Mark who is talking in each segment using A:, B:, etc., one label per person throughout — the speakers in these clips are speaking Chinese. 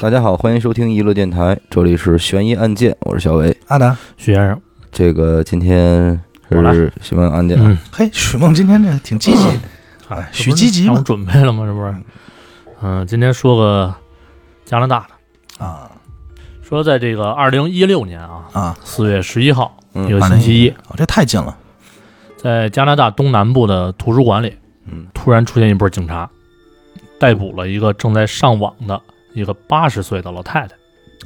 A: 大家好，欢迎收听娱乐电台，这里是悬疑案件，我是小伟。
B: 阿达，
C: 许先生，
A: 这个今天
C: 我来
A: 是新闻案件，
C: 嗯，
B: 嘿，许梦今天这挺积极，哎
C: 好，这不是
B: 许积极嘛
C: 让我准备了吗？这不是，嗯，今天说个加拿大的，
B: 啊
C: 说在这个二零一六年啊，
B: 啊！
C: 四月十一号，
A: 嗯
C: 一个星期一，
B: 哦，这太近了，
C: 在加拿大东南部的图书馆里，
A: 嗯
C: 突然出现一波警察，逮捕了一个正在上网的一个八十岁的老太太。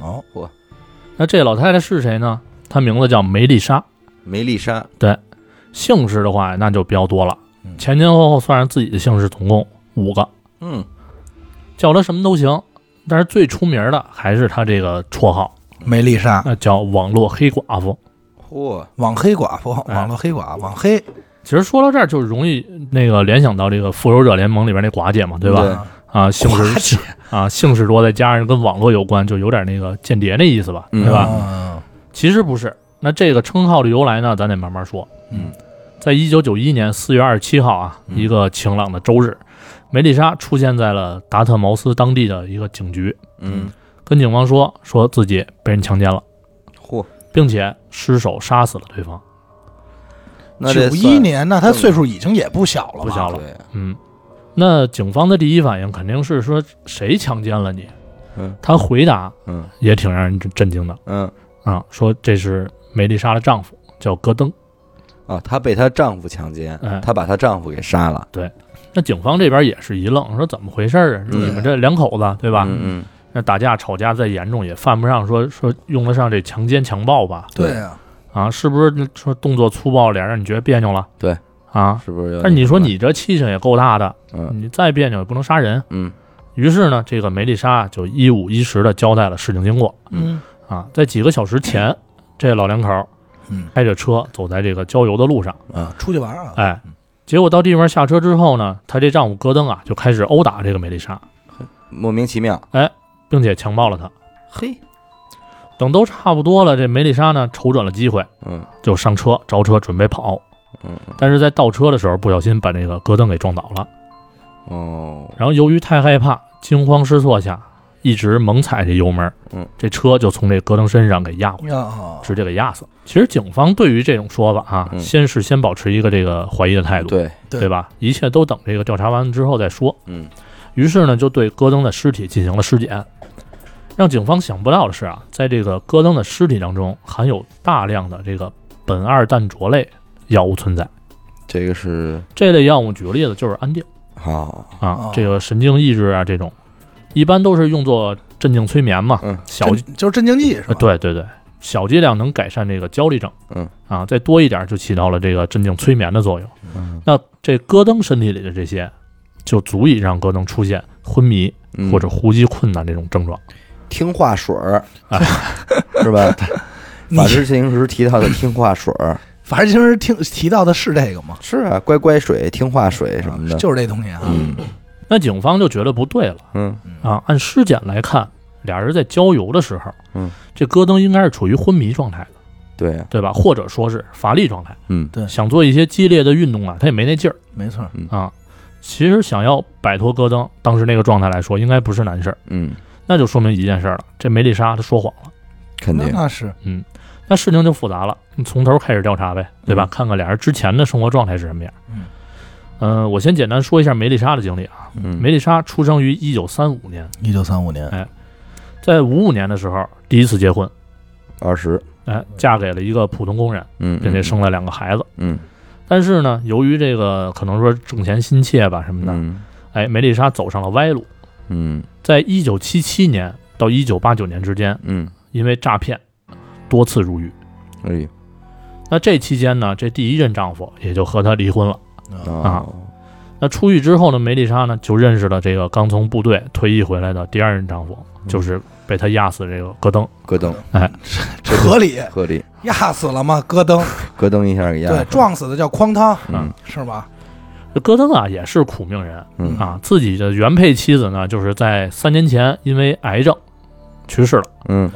B: 哦，
C: 那这老太太是谁呢？她名字叫梅丽莎，
A: 梅丽莎，
C: 姓氏的话那就比较多了
B: 嗯，
C: 前前后后算上自己的姓氏，总共五个。
A: 嗯，
C: 叫他什么都行，但是最出名的还是他这个绰号，
B: 梅丽莎，
C: 那叫网络黑寡妇。
A: 嚯，
B: 啊网黑寡妇，
C: 哎
B: 网络黑寡，网黑，
C: 其实说到这儿，就容易那个联想到这个《复仇者联盟》里边那寡姐嘛，对吧？
A: 对
B: 啊
C: 啊，姓
B: 寡
C: 氏
B: 姐
C: 啊，姓氏多，再加上跟网络有关，就有点那个间谍那意思吧，
A: 嗯
C: 对吧？
B: 哦
C: 其实不是。那这个称号的由来呢，咱得慢慢说。
B: 嗯，
C: 在一九九一年四月二十七号啊，
A: 嗯
C: 一个晴朗的周日，梅丽莎出现在了达特茅斯当地的一个警局，
A: 嗯，
C: 跟警方说说自己被人强奸了，
A: 嚯，
C: 并且失手杀死了对方。
A: 那这
B: 九一
A: 算啊
B: 年，那他岁数已经也不小了吧，
C: 不小了
A: 对，
C: 嗯，那警方的第一反应肯定是说谁强奸了你？
A: 嗯
C: 他回答
A: 嗯
C: 也挺让人震惊的
A: 嗯
C: 啊，说这是梅丽莎的丈夫叫戈登。
A: 啊，她被她丈夫强奸
C: 哎，
A: 她把她丈夫给杀了，
C: 那警方这边也是一愣，说怎么回事儿啊？说
A: 嗯
C: 你们这两口子对吧？
A: 嗯
C: 那打架吵架再严重也犯不上说说用得上这强奸强暴吧？
B: 对啊，
C: 啊，是不是说动作粗暴点儿让你觉得别扭了？
A: 对嗯，
C: 啊，
A: 是不是有点？
C: 但是你说你这气性也够大的，
A: 嗯
C: 你再别扭也不能杀人。
A: 嗯
C: 于是呢，这个梅丽莎就一五一十的交代了事情经过
A: 嗯
B: 嗯
C: 啊，在几个小时前，这老两口儿
B: 嗯
C: 开着车走在这个郊游的路上，
B: 啊，出去玩
A: 嗯
B: 啊，
C: 哎，结果到地方下车之后呢，她这丈夫戈登啊就开始殴打这个梅丽莎，
A: 莫名其妙，
C: 并且强暴了她。
A: 嘿，
C: 等都差不多了，这梅丽莎呢瞅准了机会
A: 嗯
C: 就上车着车准备跑，
A: 嗯
C: 但是在倒车的时候不小心把这个戈登给撞倒了，
A: 哦，
C: 然后由于太害怕，惊慌失措下一直猛踩这油门，
A: 嗯，
C: 这车就从这戈登身上给压过去了。
B: 啊，
C: 直接给压死了。其实警方对于这种说法啊，
A: 嗯
C: 先是先保持一个这个怀疑的态度，
A: 对，
B: 对
C: 吧？一切都等这个调查完了之后再说。
A: 嗯
C: 于是呢，就对戈登的尸体进行了尸检。让警方想不到的是啊，在这个戈登的尸体当中含有大量的这个苯二氮卓类药物存在。
A: 这个是
C: 这类药物举个例子就是安定
A: 好，
C: 啊，
B: 哦
C: 这个神经抑制啊这种，一般都是用作镇静催眠嘛，
A: 嗯
C: 小
B: 真就是镇静剂是吧
C: 呃，？，对对对，小剂量能改善这个焦虑症，
A: 嗯
C: 啊，再多一点就起到了这个镇静催眠的作用。
A: 嗯
C: 那这戈登身体里的这些，就足以让戈登出现昏迷
A: 嗯
C: 或者呼吸困难这种症状。
A: 听话水儿
C: 啊，
A: 是吧？
B: 你
A: 法制进行时提到的听话水 儿，
B: 反正就是听提到的是这个嘛，
A: 是啊，乖乖水、听话水什么的，
B: 就是这东西啊，
A: 嗯
C: 那警方就觉得不对了
A: 嗯
C: 啊，按尸检来看，俩人在郊游的时候，
A: 嗯，
C: 这戈登应该是处于昏迷状态的，
A: 对啊，
C: 对吧？或者说是乏力状态，
A: 嗯
B: 对
C: 想做一些激烈的运动啊，他也没那劲儿
B: 没错，
C: 啊。其实想要摆脱戈登当时那个状态来说，应该不是难事儿。
A: 嗯，
C: 那就说明一件事儿了，这梅丽莎她说谎了。
A: 肯
B: 那
A: 定
B: 那是
C: 那事情就复杂了，你从头开始调查呗，对吧？
A: 嗯
C: 看看俩人之前的生活状态是什么样。
B: 嗯，
C: 呃，我先简单说一下梅丽莎的经历啊。
A: 嗯
C: 梅丽莎出生于一九三五年，
B: 一九三五年，
C: 在五五年的时候第一次结婚，
A: 二十，
C: 哎，嫁给了一个普通工人，
A: 嗯，
C: 并且生了两个孩子。
A: 嗯，
C: 但是呢，由于这个可能说挣钱心切吧什么的，
A: 嗯
C: 哎，梅丽莎走上了歪路。
A: 嗯
C: 在一九七七年到一九八九年之间，
A: 嗯，
C: 因为诈骗多次入狱。
A: 哎呦
C: 那这期间呢，这第一任丈夫也就和她离婚了。啊
A: 哦
C: 那出狱之后呢，梅丽莎呢就认识了这个刚从部队退役回来的第二任丈夫，
A: 嗯
C: 就是被他压死的这个戈登。
A: 咯噔，
B: 合理，
A: 合理，
B: 压死了吗？戈登，
A: 咯噔一下给压
B: 对，撞死的叫匡汤
C: 啊
A: 嗯
B: 是吧？
C: 这戈登啊也是苦命人
A: 嗯
C: 啊，自己的原配妻子呢就是在三年前因为癌症去世了。
A: 嗯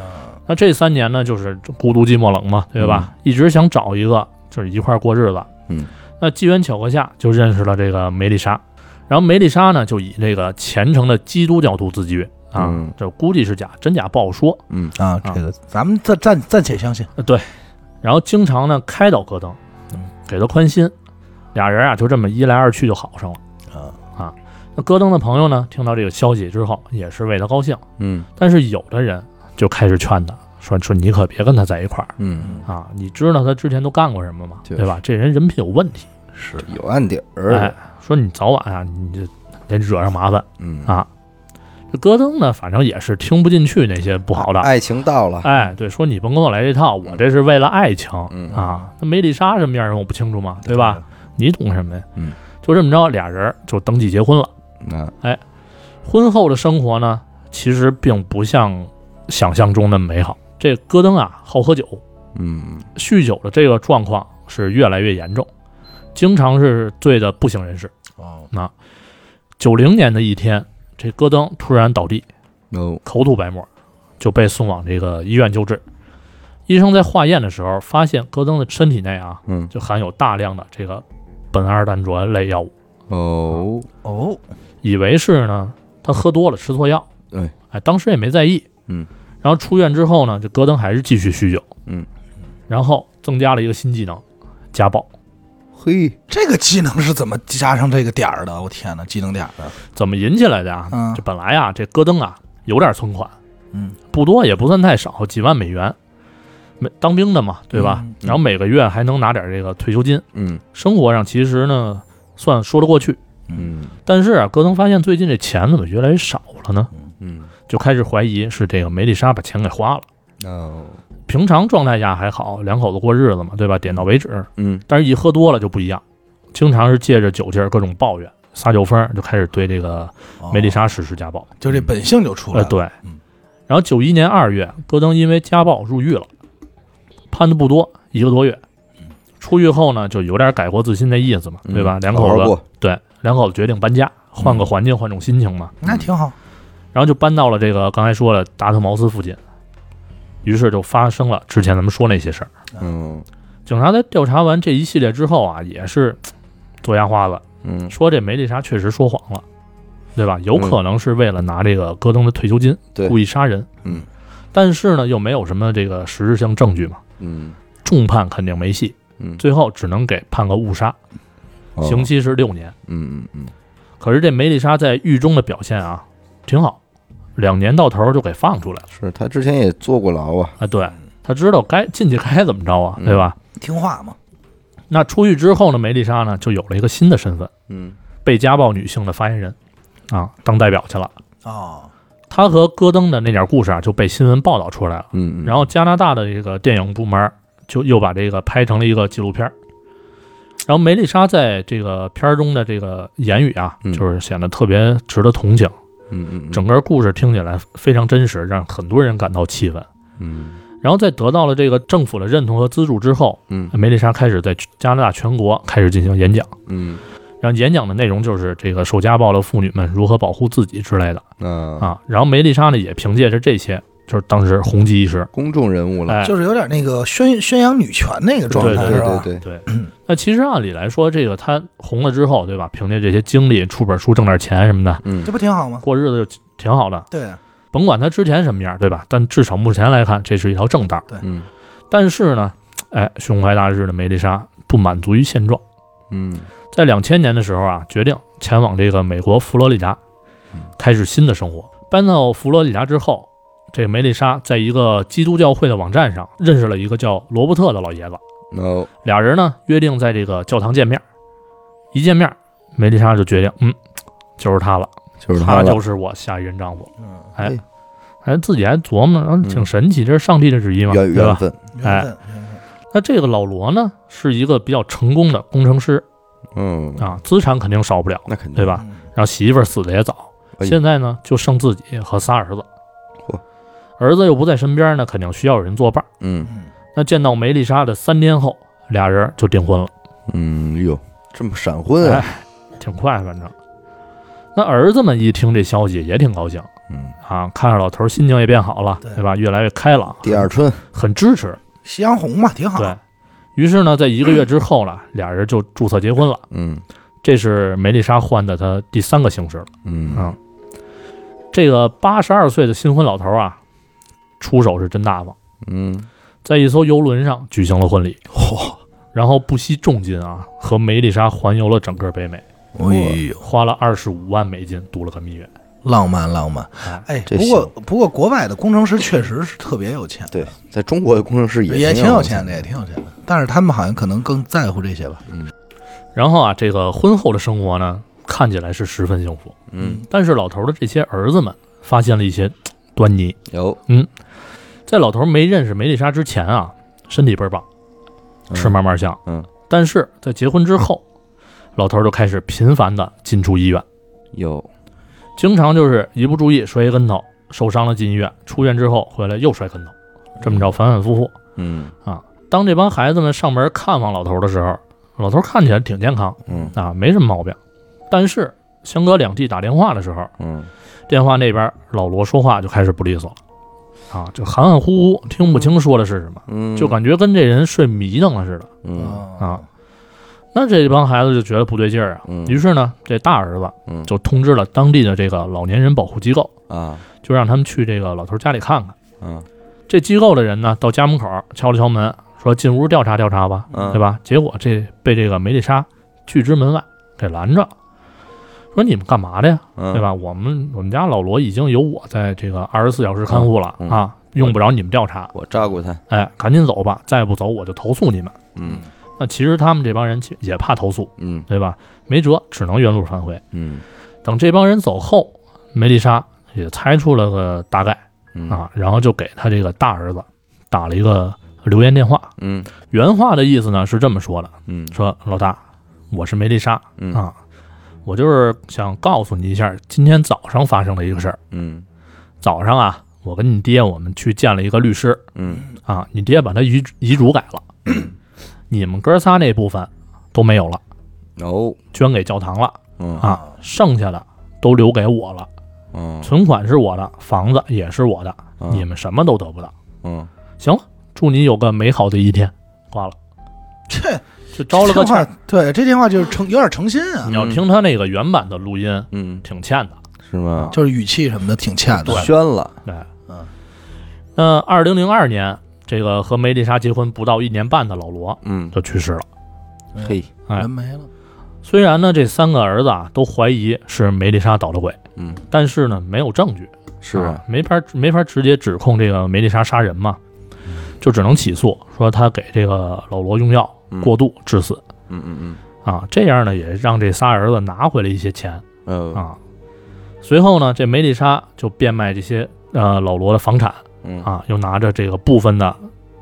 C: 那这三年呢就是孤独寂寞冷嘛，对吧？一直想找一个就是一块儿过日子。
A: 嗯，
C: 那机缘巧合下就认识了这个梅丽莎，然后梅丽莎呢就以这个虔诚的基督教徒自居啊，
A: 嗯
C: 这估计是假，真假不好说。
A: 嗯
B: 啊，这个咱们暂暂暂且相信，
C: 呃对，然后经常呢开导戈登
B: 嗯，
C: 给他宽心，俩人啊就这么一来二去就好上了。
B: 啊
C: 那戈登的朋友呢，听到这个消息之后，也是为他高兴，
A: 嗯
C: 但是有的人就开始劝他说：“说你可别跟他在一块儿
A: 嗯，
C: 啊，你知道他之前都干过什么吗？
A: 就是
C: 对吧？这人人品有问题，
B: 是
A: 有案底
C: 哎
A: 儿，，
C: 说你早晚啊，你这得惹上麻烦。”
A: 嗯
C: 啊这戈登呢，反正也是听不进去那些不好的，
A: 爱情到了，
C: 哎，对，说你甭跟我来这套，我这是为了爱情、
A: 嗯
C: 啊。那梅丽莎什么样儿我不清楚嘛，
D: 嗯
C: 对吧？？你懂什么呀？
A: 嗯，
C: 就这么着，俩人就登记结婚了。
A: 那
C: 婚后的生活呢，其实并不像想象中那么美好。这戈登啊，好喝酒，
A: 嗯
C: 酗酒的这个状况是越来越严重，经常是醉得不省人事。
B: 哦，
C: 九零年的一天，这戈登突然倒地，
A: 哦
C: 口吐白沫，就被送往这个医院救治。医生在化验的时候发现戈登的身体内啊，
A: 嗯
C: 就含有大量的这个苯二氮卓胺类药物，
A: 哦
C: 啊
B: 哦，
C: 以为是呢他喝多了吃错药，
A: 哎
C: 哎，当时也没在意，
A: 嗯。
C: 然后出院之后呢，这戈登还是继续酗酒，
A: 嗯，
C: 然后增加了一个新技能，家暴。
A: 嘿，
B: 这个技能是怎么加上这个点儿的？我天哪，技能点儿的，
C: 怎么引起来的啊？
B: 嗯
C: 这本来啊，这戈登啊有点存款，
B: 嗯，
C: 不多也不算太少，几万美元，每当兵的嘛，对吧？
B: 嗯
C: 然后每个月还能拿点这个退休金，
A: 嗯
C: 生活上其实呢算说得过去。
A: 嗯
C: 但是啊，戈登发现最近这钱怎么越来越少了呢？
A: 嗯
C: 就开始怀疑是这个梅丽莎把钱给花了。
A: 哦
C: 平常状态下还好，两口子过日子嘛，对吧？点到为止。
A: 嗯
C: 但是，一喝多了就不一样，经常是借着酒劲儿各种抱怨、撒酒疯儿，就开始对这个
B: 哦
C: 梅丽莎实施家暴。
B: 就这本性就出来
C: 呃，
B: 了，
C: 对
B: 嗯。
C: 然后九一年二月，戈登因为家暴入狱了，判的不多，一个多月。出狱后呢，就有点改过自新的意思嘛，对吧？两口
A: 嗯好好
C: 子
A: 过
C: 对两口子决定搬家，换个环境，换种心情
A: 嗯
C: 嘛。
B: 那挺好。
C: 然后就搬到了这个刚才说了达特茅斯附近，于是就发生了之前咱们说那些事儿。
A: 嗯
C: 警察在调查完这一系列之后啊，也是嘖做牙花子，
A: 嗯
C: 说这梅丽莎确实说谎了，对吧？有可能是为了拿这个戈登的退休金，
A: 对
C: 故意杀人。
A: 嗯，
C: 但是呢，又没有什么这个实质性证据嘛，
A: 嗯
C: 重判肯定没戏，
A: 嗯
C: 最后只能给判个误杀，
A: 哦
C: 刑期是六年。
A: 嗯嗯嗯
C: 可是这梅丽莎在狱中的表现啊，挺好，两年到头就给放出来了
A: 是他之前也坐过牢啊，
C: 啊。对，她知道该进去该怎么着啊，
A: 嗯
C: 对吧？
B: 听话嘛，
C: 那出狱之后呢，梅丽莎呢就有了一个新的身份，
A: 嗯
C: 被家暴女性的发言人啊，当代表去了。
B: 哦，
C: 她和戈登的那点故事啊，就被新闻报道出来了。
A: 嗯嗯
C: 然后加拿大的这个电影部门儿就又把这个拍成了一个纪录片儿。然后梅丽莎在这个片儿中的这个言语啊，
A: 嗯
C: 就是显得特别值得同情。
A: 嗯嗯嗯
C: 整个故事听起来非常真实，让很多人感到气愤。
A: 嗯
C: 然后在得到了这个政府的认同和资助之后，
A: 嗯
C: 梅丽莎开始在加拿大全国开始进行演讲。
A: 嗯
C: 然后演讲的内容就是这个受家暴的妇女们如何保护自己之类的
A: 啊
C: 啊。然后梅丽莎呢，也凭借着这些，就是当时红极一时。
A: 公众人物了，
C: 哎，
B: 就是有点那个宣宣扬女权那个状
A: 对
B: 态，
A: 对
B: 是吧？
A: 对对，
C: 对，那其实按理来说，这个他红了之后，对吧？凭借这些经历，出本书挣点钱什么的，
A: 嗯
B: 这不挺好吗？
C: 过日子就挺好的。
B: 对，啊
C: 甭管他之前什么样，对吧？但至少目前来看，这是一条正道。
A: 嗯
C: 但是呢，哎，胸怀大志的梅丽莎不满足于现状，
A: 嗯
C: 在两千年的时候啊，决定前往这个美国佛罗里达
A: 嗯，
C: 开始新的生活。搬到佛罗里达之后，这个梅丽莎在一个基督教会的网站上认识了一个叫罗伯特的老爷子。
A: 哦
C: 俩人呢约定在这个教堂见面。一见面，梅丽莎就决定，嗯，就是他了，
A: 就是
C: 他
A: 了，
C: 就是我下一任丈夫。
B: 嗯，
C: 哎
A: 哎，
C: 还自己还琢磨，啊
A: 嗯
C: 挺神奇，这是上帝的旨意嘛，
A: 缘
C: 对
A: 缘
C: 吧？
A: 分，
C: 哎
B: 缘分，缘分
C: 那这个老罗呢，是一个比较成功的工程师
A: 嗯，
C: 啊，资产肯定少不了，
A: 那肯定
C: 对吧？
B: 嗯
C: 然后媳妇儿死的也早，
A: 哎
C: 现在呢就剩自己和仨儿子
A: 嚯，
C: 儿子又不在身边呢，肯定需要有人作伴儿。
A: 嗯
B: 嗯
C: 那见到梅丽莎的三天后，俩人就订婚了。
A: 嗯哟，这么闪婚啊，
C: 哎，挺快，反正。那儿子们一听这消息也挺高兴
A: 嗯，
C: 啊，看着老头儿心情也变好了，
B: 对
C: 对吧？越来越开朗，
A: 第二春，
C: 很支持。
B: 夕阳红嘛，
D: 啊
B: 挺好。
C: 对于是呢，在一个月之后呢，俩人就注册结婚了。
A: 嗯
C: 这是梅丽莎换的她第三个姓氏了。
A: 嗯
C: 啊这个八十二岁的新婚老头啊，出手是真大方，
A: 嗯，
C: 在一艘游轮上举行了婚礼，
B: 嚯，
C: 然后不惜重金啊，和梅丽莎环游了整个北美，
B: 哎呦，
C: 花了二十五万美金度了个蜜月。
B: 浪漫浪漫
C: 哎。
B: 哎，
A: 这
B: 不过不过国外的工程师确实是特别有钱，
A: 对，在中国的工程师
B: 也挺
A: 有
B: 有钱的，也挺有钱的。但是他们好像可能更在乎这些吧。
C: 然后啊，这个婚后的生活呢，看起来是十分幸福，
A: 嗯，
C: 但是老头儿的这些儿子们发现了一些嘖端倪。
B: 嗯
A: 有
C: 在老头儿没认识梅丽莎之前啊，身体倍儿棒，吃嘛嘛香。
A: 嗯，
C: 但是在结婚之后，老头儿就开始频繁的进出医院，
A: 嗯有，
C: 经常就是一不注意摔一跟头，受伤了进医院，出院之后回来又摔跟头，这么着反反复复。
A: 嗯
C: 当这帮孩子们上门看望老头儿的时候，老头儿看起来挺健康
A: 嗯
C: 啊，没什么毛病。但是相隔两地打电话的时候，
A: 嗯，
C: 电话那边老罗说话就开始不利索了，啊，就含含糊糊，听不清说的是什么，
A: 嗯，
C: 就感觉跟这人睡迷瞪了似的。
B: 哦
A: 嗯
C: 啊，那这帮孩子就觉得不对劲儿啊，
A: 嗯
C: 于是呢，这大儿子
A: 嗯
C: 就通知了当地的这个老年人保护机构，
A: 啊
C: 就让他们去这个老头家里看看。
A: 嗯
C: 这机构的人呢，到家门口敲了敲门，说进屋调查调查吧，
A: 嗯
C: 对吧？结果这被这个梅丽莎拒之门外，给拦着了，说你们干嘛的呀？
A: 嗯，
C: 对？吧？我们我们家老罗已经有我在这个二十四小时看护了、
A: 嗯嗯
C: 啊，用不着你们调查。
A: 我照顾他，
C: 哎，赶紧走吧，再不走我就投诉你们。
A: 嗯
C: 那其实他们这帮人其也怕投诉，
A: 嗯
C: 对吧？没辙，只能原路返回。
A: 嗯
C: 等这帮人走后，梅丽莎也猜出了个大概
A: 嗯
C: 啊，然后就给他这个大儿子打了一个留言电话。
A: 嗯
C: 原话的意思呢是这么说的：
A: 嗯
C: 说老大，我是梅丽莎
A: 嗯
C: 啊，我就是想告诉你一下，今天早上发生的一个事儿。
A: 嗯
C: 早上啊，我跟你爹我们去见了一个律师
A: 嗯
C: 啊，你爹把他遗遗嘱改 了，你们哥仨那部分都没有了，
A: 哦
C: 捐给教堂了
A: 嗯
C: 啊，剩下的都留给我了，
A: 嗯
C: 存款是我的，房子也是我的，
B: 嗯
C: 你们什么都得不到。
A: 嗯
C: 行了，祝你有个美好的一天。挂了，
B: 这
C: 就招了个
B: 这
C: 欠
B: 话嗯
C: 儿。，
B: 对，这电话就是诚有点诚心啊
C: 你，要听他那个原版的录音，
A: 嗯
C: 挺欠的。
A: 是吗？
B: 就是语气什么的挺欠的。
A: 宣了，
C: 嗯对，
B: 嗯。
C: 那二零零二年，这个和梅丽莎结婚不到一年半的老罗
A: 嗯
C: 就去世了。
A: 嘿，
C: 哎
B: 嗯人没了，
C: 虽然呢，这三个儿子啊都怀疑是梅丽莎捣的鬼，
A: 嗯
C: 但是呢，没有证据，
A: 是
C: 啊，没法没法直接指控这个梅丽莎杀人嘛，就只能起诉说他给这个老罗用药
A: 嗯
C: 过度致死
A: 嗯嗯
C: 啊，这样呢也让这仨儿子拿回了一些钱
A: 嗯呃
C: 啊。随后呢，这梅丽莎就变卖这些呃老罗的房产
A: 嗯
C: 啊，又拿着这个部分的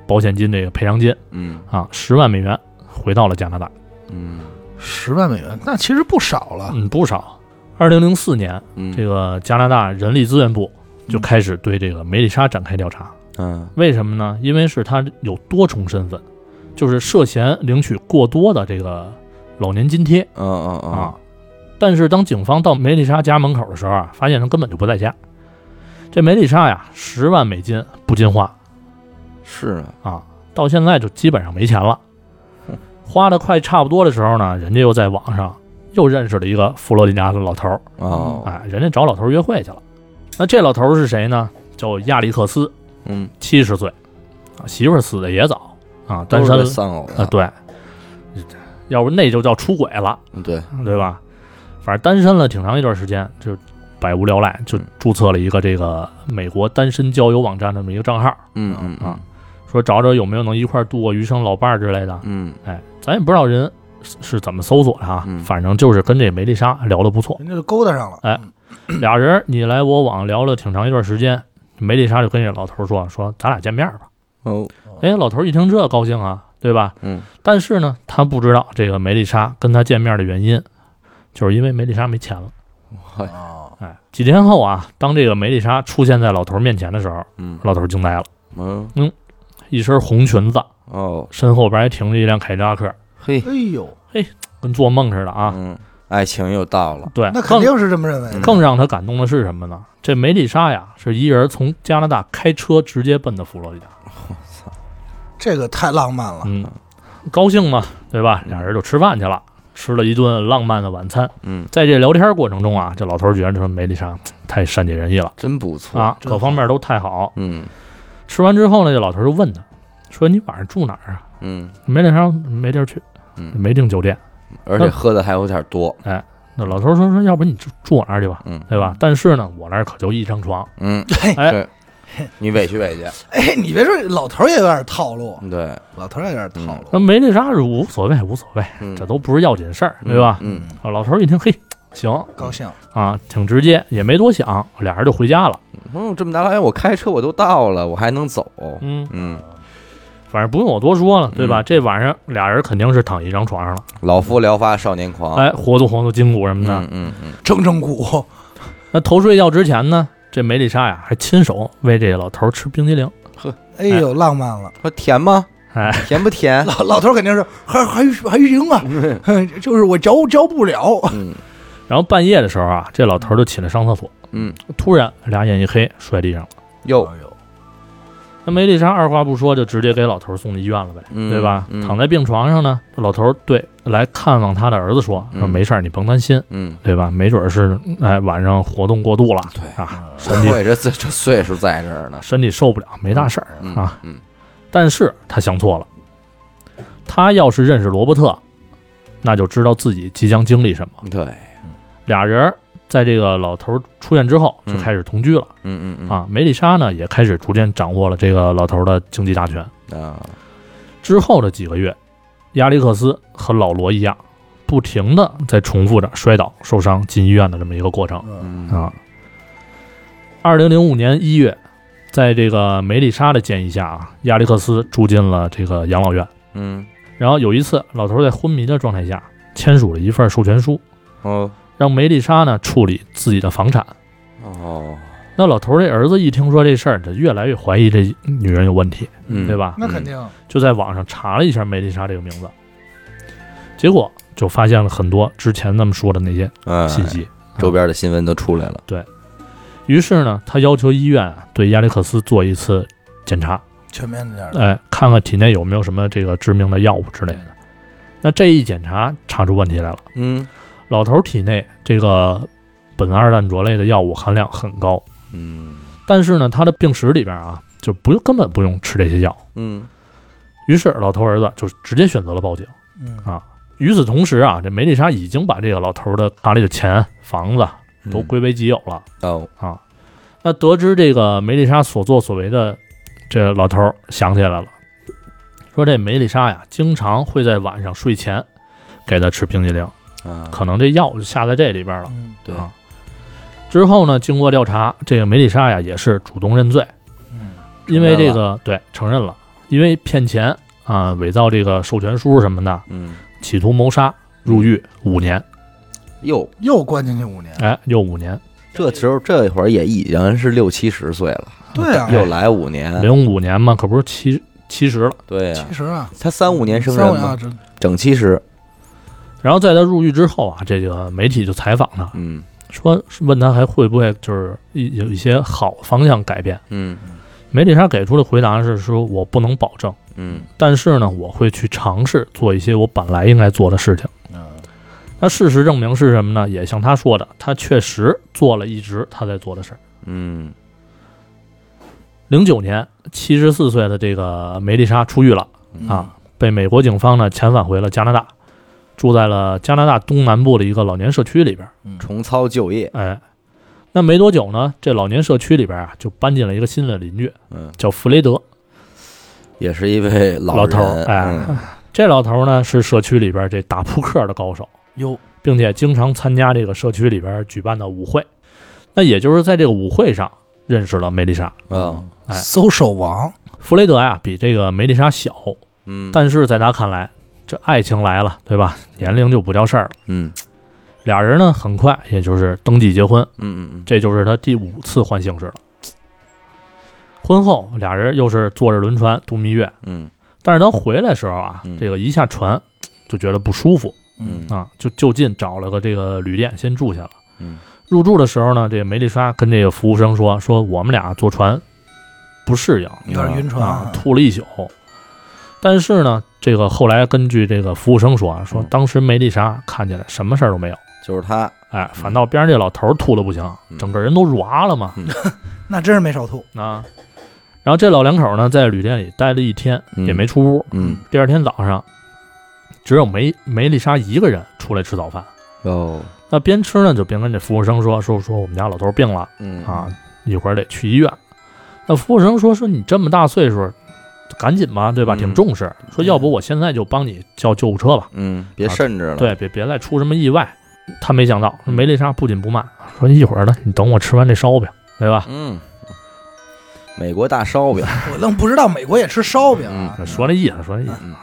C: 保险金这个赔偿金
A: 嗯
C: 啊十万美元回到了加拿大，
A: 嗯
B: 十万美元，那其实不少了。
C: 嗯，不少。二零零四年，
A: 啊嗯
C: 这个加拿大人力资源部就开始对这个梅丽莎展开调查。
A: 嗯
C: 为什么呢？因为是她有多重身份，就是涉嫌领取过多的这个老年津贴
A: 嗯嗯
C: 啊。但是当警方到梅丽莎家门口的时候啊，发现她根本就不在家。这梅丽莎呀，十万美金不禁花
A: 是啊，
C: 啊，到现在就基本上没钱了
A: 哼。
C: 花的快差不多的时候呢，人家又在网上又认识了一个佛罗里达的老头儿，
A: 哦，
C: 哎，人家找老头儿约会去了。那这老头儿是谁呢？叫亚历克斯，
A: 嗯，
C: 七十岁，啊，媳妇儿死的也早啊，单
A: 都是
C: 身
A: 这丧偶
C: 啊，对，要不那就叫出轨了，
A: 的，对，
C: 对吧？反正单身了挺长一段时间，就百无聊赖，就
A: 嗯
C: 注册了一个这个美国单身交友网站这么一个账号，
A: 嗯嗯
C: 啊，说找找有没有能一块儿度过余生老伴儿之类的。
A: 嗯
C: 哎，咱也不知道人是是怎么搜索的啊，
A: 嗯
C: 反正就是跟这梅丽莎聊得 不错，
B: 人家就勾搭上了。嗯
C: 哎俩人你来我往聊了挺长一段时间，梅丽莎就跟这老头说说咱俩见面吧。
A: 哦，
C: 哎，老头一听这高兴啊，对吧？
A: 嗯
C: 但是呢，他不知道这个梅丽莎跟他见面的原因，就是因为梅丽莎没钱了。
A: 嗨，
B: 啊，
C: 哎，几天后啊，当这个梅丽莎出现在老头面前的时候，
A: 嗯
C: 老头惊呆了，
A: 嗯
C: 一身红裙子，
A: 哦，
C: 身后边还停着一辆凯迪拉克，
A: 嘿，
B: 哎呦，
C: 跟做梦似的啊。
A: 嗯，爱情又到了，
C: 对，
B: 那肯
C: 更
B: 定是这么认
A: 嗯
B: 为的。
C: 更让他感动的是什么呢？这梅丽莎呀，是一人从加拿大开车直接奔的佛罗里达。
B: 这个太浪漫了。
C: 嗯，高兴嘛，对吧？
A: 嗯
C: 俩人就吃饭去了，吃了一顿浪漫的晚餐。
A: 嗯
C: 在这聊天过程中啊，这老头儿觉得说梅丽莎太善解人意了
A: 真不错
C: 啊，
B: 真
C: 各方面都太好。
A: 嗯
C: 吃完之后呢，这老头儿就问他，说你晚上住哪儿啊？
A: 嗯
C: 没地方，没地儿去，
A: 嗯，
C: 没订酒店。
A: 而且喝的还有点多，
C: 那老头儿说说，要不你住住我那儿去吧，
A: 嗯
C: 对吧？但是呢，我那儿可就一张床，
A: 嗯，
B: 嘿，
C: 哎
A: 是，你委屈委屈，
B: 哎，你别说，老头儿也有点套路，
C: 嗯
A: 对，
B: 老头儿也有点套
C: 那
B: 路。
C: 没那啥无所谓，无所谓，
A: 嗯
C: 这都不是要紧事儿，对吧？
A: 嗯，
C: 啊老头儿一听，嘿，行
B: 高兴，
C: 啊，挺直接，也没多想，俩人就回家了。
A: 哦，这么大老远我开车我都到了，我还能走，
C: 嗯，
A: 嗯，
C: 反正不用我多说了，对吧？
A: 嗯
C: 这晚上俩人肯定是躺一张床上了，
A: 老夫聊发少年狂，
C: 哎，活动活动筋骨什么的。
A: 啊嗯嗯嗯，
B: 铮铮骨，
C: 那头睡觉之前呢，这梅丽莎呀还亲手喂这老头儿吃冰激凌，
B: 哎呦，浪漫了。
A: 说甜吗？
C: 哎，
A: 甜不 甜？
B: 老老头儿肯定是还还还行啊， 哼就是我嚼嚼不了。
A: 嗯
C: 然后半夜的时候啊，这老头儿就起来上厕所，
A: 嗯，
C: 突然俩眼一黑摔地上了。
A: 哟，
B: 哎
C: 那梅丽莎二话不说就直接给老头儿送进医院了呗，
A: 嗯
C: 对吧？
A: 嗯
C: 躺在病床上呢，老头儿对来看望他的儿子说：“
A: 嗯
C: 说没事儿，你甭担心，
A: 嗯，
C: 对吧？没准儿是哎晚上活动过度了，
A: 对嗯
C: 啊，身体
A: 对，这这这岁数在这儿呢，
C: 身体受不了，没大事儿。
A: 嗯
C: 啊
A: 嗯，
C: 但是他想错了，他要是认识罗伯特，那就知道自己即将经历什么。
A: 对，
C: 俩人儿在这个老头儿出现之后就
A: 嗯
C: 开始同居了、
A: 嗯嗯嗯
C: 啊。梅丽莎呢也开始逐渐掌握了这个老头儿的经济大权。
A: 啊，
C: 之后的几个月，亚历克斯和老罗一样，不停的在重复着摔倒、受伤、进医院的这么一个过程
B: 嗯
A: 嗯
C: 啊。二零零五年一月，在这个梅丽莎的建议下啊，亚历克斯住进了这个养老院。
A: 嗯
C: 然后有一次，老头在昏迷的状态下签署了一份授权书，
A: 哦
C: 让梅丽莎呢处理自己的房产。
A: 哦，
C: 那老头这儿子一听说这事儿，就越来越怀疑这女人有问题，
A: 嗯，
C: 对？吧？
B: 那肯定，
C: 就在网上查了一下梅丽莎这个名字，结果就发现了很多之前那么说的那些
A: 嗯，
C: 信息。
A: 周边的新闻都出来了，
C: 于是呢，他要求医院啊对亚历克斯做一次检查，
B: 全面点儿。
C: 哎，看看体内有没有什么这个致命的药物之类的。那这一检查查出问题来了，
A: 嗯
C: 老头体内这个苯二氮卓类的药物含量很高，
A: 嗯
C: 但是呢，他的病史里边啊就不用根本不用吃这些药。
A: 嗯
C: 于是老头儿子就直接选择了报警。
B: 嗯
C: 啊与此同时啊，这梅丽莎已经把这个老头儿的卡里的钱、房子都归为己有了。
A: 嗯哦，
C: 啊那得知这个梅丽莎所作所为的，这老头儿想起来了，说这梅丽莎呀，经常会在晚上睡前给他吃冰激凌，
A: 啊，
C: 可能这药就下在这里边了。
B: 嗯
A: 对，
C: 啊之后呢，经过调查，这个梅丽莎呀也是主动认罪，
B: 嗯
C: 因为这个对承认了，因为骗钱啊、伪造这个授权书什么的，
A: 嗯，
C: 企图谋杀入狱五年，
A: 哟，
B: 又关进去五年。
C: 哎，又五年，
A: 这时候这会儿也已经是六七十岁了，
B: 对
C: 哎
B: 啊，
A: 又来五年，
C: 零五年嘛，可不是七七十了。
A: 对呀
B: 其，实啊，
A: 才三五年生
B: 三
A: 人
B: 五年啊
A: 嘛，
D: 嗯
B: 这
A: 整七十，
C: 然后在他入狱之后啊，这个媒体就采访他，
A: 嗯
C: 说问他还会不会就是一有一些好方向改变。
A: 嗯
C: 梅丽莎给出的回答是说，我不能保证，
A: 嗯
C: 但是呢，我会去尝试做一些我本来应该做的事情。
B: 嗯
C: 那事实证明是什么呢？也像他说的，他确实做了一直他在做的事儿。
A: 嗯
C: 零九年，七十四岁的这个梅丽莎出狱了。
A: 嗯
C: 啊，被美国警方呢遣返回了加拿大，住在了加拿大东南部的一个老年社区里边。
B: 嗯
A: 重操旧业，
C: 哎，那没多久呢，这老年社区里边啊就搬进了一个新的邻居，
A: 嗯，
C: 叫弗雷德。
A: 也是一位
C: 老
A: 老
C: 头儿
A: 人
C: 哎
A: 嗯
C: 这老头呢是社区里边这打扑克的高手，
B: 哟，
C: 并且经常参加这个社区里边举办的舞会。那也就是在这个舞会上认识了梅丽莎。
A: 嗯
C: 哎
B: 搜手王，
C: 弗雷德呀、比这个梅丽莎小，
A: 嗯，
C: 但是在他看来，这爱情来了，对吧？年龄就不叫事儿了。
A: 嗯
C: 俩人呢，很快也就是登记结婚，
A: 嗯嗯嗯
C: 这就是他第五次换姓氏了。婚后，俩人又是坐着轮船度蜜月，
A: 嗯
C: 但是他回来的时候啊，
A: 嗯
C: 这个一下船就觉得不舒服
A: 嗯
C: 啊，就就近找了个这个旅店先住下了。
A: 嗯
C: 入住的时候呢，这个梅丽莎跟这个服务生说：“说我们俩坐船不适应
A: 嗯
B: 有点晕船
C: 啊
B: 啊，，
C: 吐了一宿。”但是呢，这个后来根据这个服务生说啊，说
A: 嗯
C: 当时梅丽莎看起来什么事儿都没有，
A: 就是他，
C: 哎，反倒边上这老头儿吐的不行，
A: 嗯
C: 整个人都软了嘛
D: 那真是没少吐。
C: 啊。然后这老两口呢，在旅店里待了一天，
A: 嗯
C: 也没出屋。
A: 嗯，
C: 第二天早上，只有梅梅丽莎一个人出来吃早饭。
A: 哦，
C: 那边吃呢，就边跟这服务生说说说我们家老头儿病了
A: 嗯
C: 啊，一会儿得去医院。那服务生说说你这么大岁数，赶紧吧，对吧？
A: 嗯
C: 挺重视。说要不我现在就帮你叫救护车吧，
A: 嗯，别
C: 啊
A: 慎着了，，
C: 对，别别再出什么意外。他没想到
A: 嗯
C: 梅丽莎不紧不慢说一会儿呢，你等我吃完这烧饼，对吧？
A: 嗯，美国大烧饼，
D: 我愣不知道美国也吃烧饼啊！
A: 嗯，
C: 说那意思，说那意思。啊
A: 嗯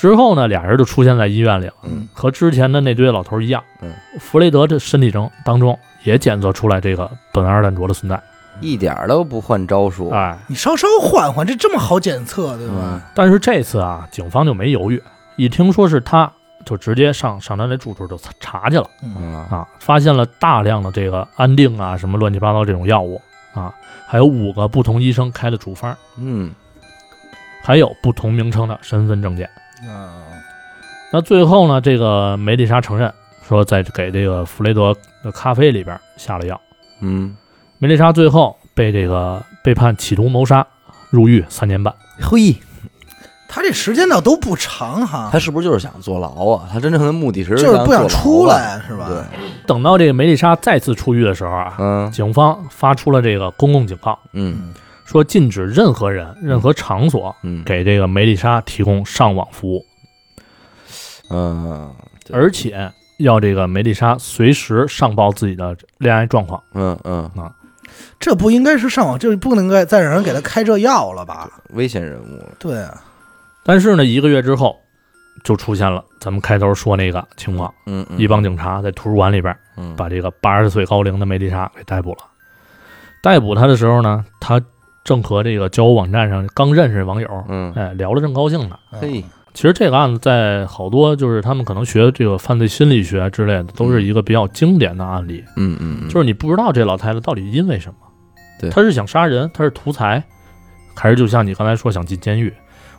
C: 之后呢，俩人就出现在医院里了，
A: 嗯
C: 和之前的那堆老头儿一样
A: 嗯。
C: 弗雷德这身体中当中也检测出来这个苯二氮卓的存在，
A: 一点儿都不换招数，
C: 哎，
D: 你稍稍换换，这这么好检测，对吧？
C: 但是这次啊，警方就没犹豫，一听说是他，就直接上上他那住处就查去了
D: 嗯，
A: 嗯
C: 啊，发现了大量的这个安定啊，什么乱七八糟这种药物啊，还有五个不同医生开的处方，
A: 嗯
C: 还有不同名称的身份证件。
A: 嗯
D: 啊，
C: 那最后呢，这个梅丽莎承认说，在给这个弗雷德的咖啡里边下了药。
A: 嗯，
C: 梅丽莎最后被这个被判企图谋杀，入狱三年半。
A: 嘿，
D: 他这时间倒都不长哈，
A: 他是不是就是想坐牢啊？他真正的目的是
D: 就是不想
A: 坐牢
D: 出
A: 啊，
D: 来，是吧？
A: 对，
C: 等到这个梅丽莎再次出狱的时候啊，
A: 嗯
C: 警方发出了这个公共警告。
A: 嗯
C: 说禁止任何人、任何场所
A: 嗯
C: 给这个梅丽莎提供上网服务，
A: 嗯对
C: 而且要这个梅丽莎随时上报自己的恋爱状况。
A: 嗯嗯，
D: 这不应该是上网，这不能该再让人给他开这药了吧？
A: 危险人物了，
D: 对啊，
C: 但是呢，一个月之后就出现了咱们开头说那个情况，
A: 嗯嗯，
C: 一帮警察在图书馆里边
A: 嗯
C: 把这个八十岁高龄的梅丽莎给逮捕了。逮捕她的时候呢，她正和这个交友网站上刚认识的网友，
A: 嗯
C: 哎，聊得正高兴呢。
A: 嘿，
C: 其实这个案子在好多就是他们可能学这个犯罪心理学之类的，都是一个比较经典的案例，
A: 嗯嗯，嗯
C: 就是你不知道这老太太到底因为什么，
A: 对
C: 她是想杀人，她是图财，还是就像你刚才说想进监狱？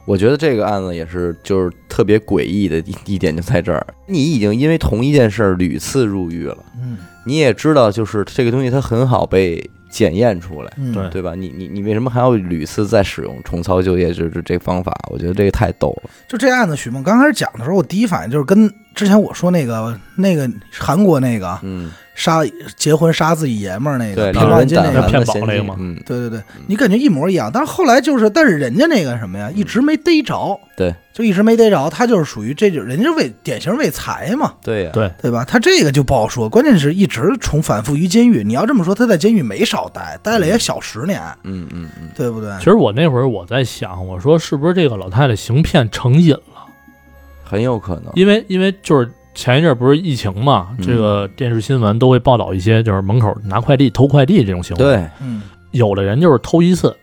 A: 我觉得这个案子也是，就是特别诡异的一一点就在这儿，你已经因为同一件事儿屡次入狱了，
D: 嗯
A: 你也知道，就是这个东西它很好被检验出来，
D: 嗯，
C: 对
A: 对吧？你你你为什么还要屡次再使用重操旧业这这这方法？我觉得这个太逗了，
D: 就这案子，许梦刚开始讲的时候，我第一反应就是跟之前我说那个那个韩国那个
A: 嗯，
D: 杀结婚杀自己爷们儿嗯那
A: 对，
D: 个
A: 令
D: 平
A: 人
D: 王金
A: 胆
D: 那
A: 寒
D: 个，
A: 的
C: 骗保
A: 嫌
C: 那个
A: 疑
C: 吗
A: 嗯，
D: 对对对，你感觉一模一样。但是后来就是，但是人家那个什么呀，一直没逮着，
A: 对，
D: 就一直没逮着。他就是属于这就人家为典型为财嘛，
A: 对呀，
C: 对
D: 对吧？他这个就不好说，关键是一直重反复于监狱。你要这么说，他在监狱没少待，待了也小十年，
A: 嗯嗯嗯，
D: 对不对？
C: 其实我那会儿我在想，我说是不是这个老太太行骗成瘾了？
A: 很有可能，
C: 因为因为就是前一阵儿不是疫情嘛，
A: 嗯
C: 这个电视新闻都会报道一些就是门口拿快递偷快递这种行为，，
A: 对，
D: 嗯
C: 有的人就是偷一次，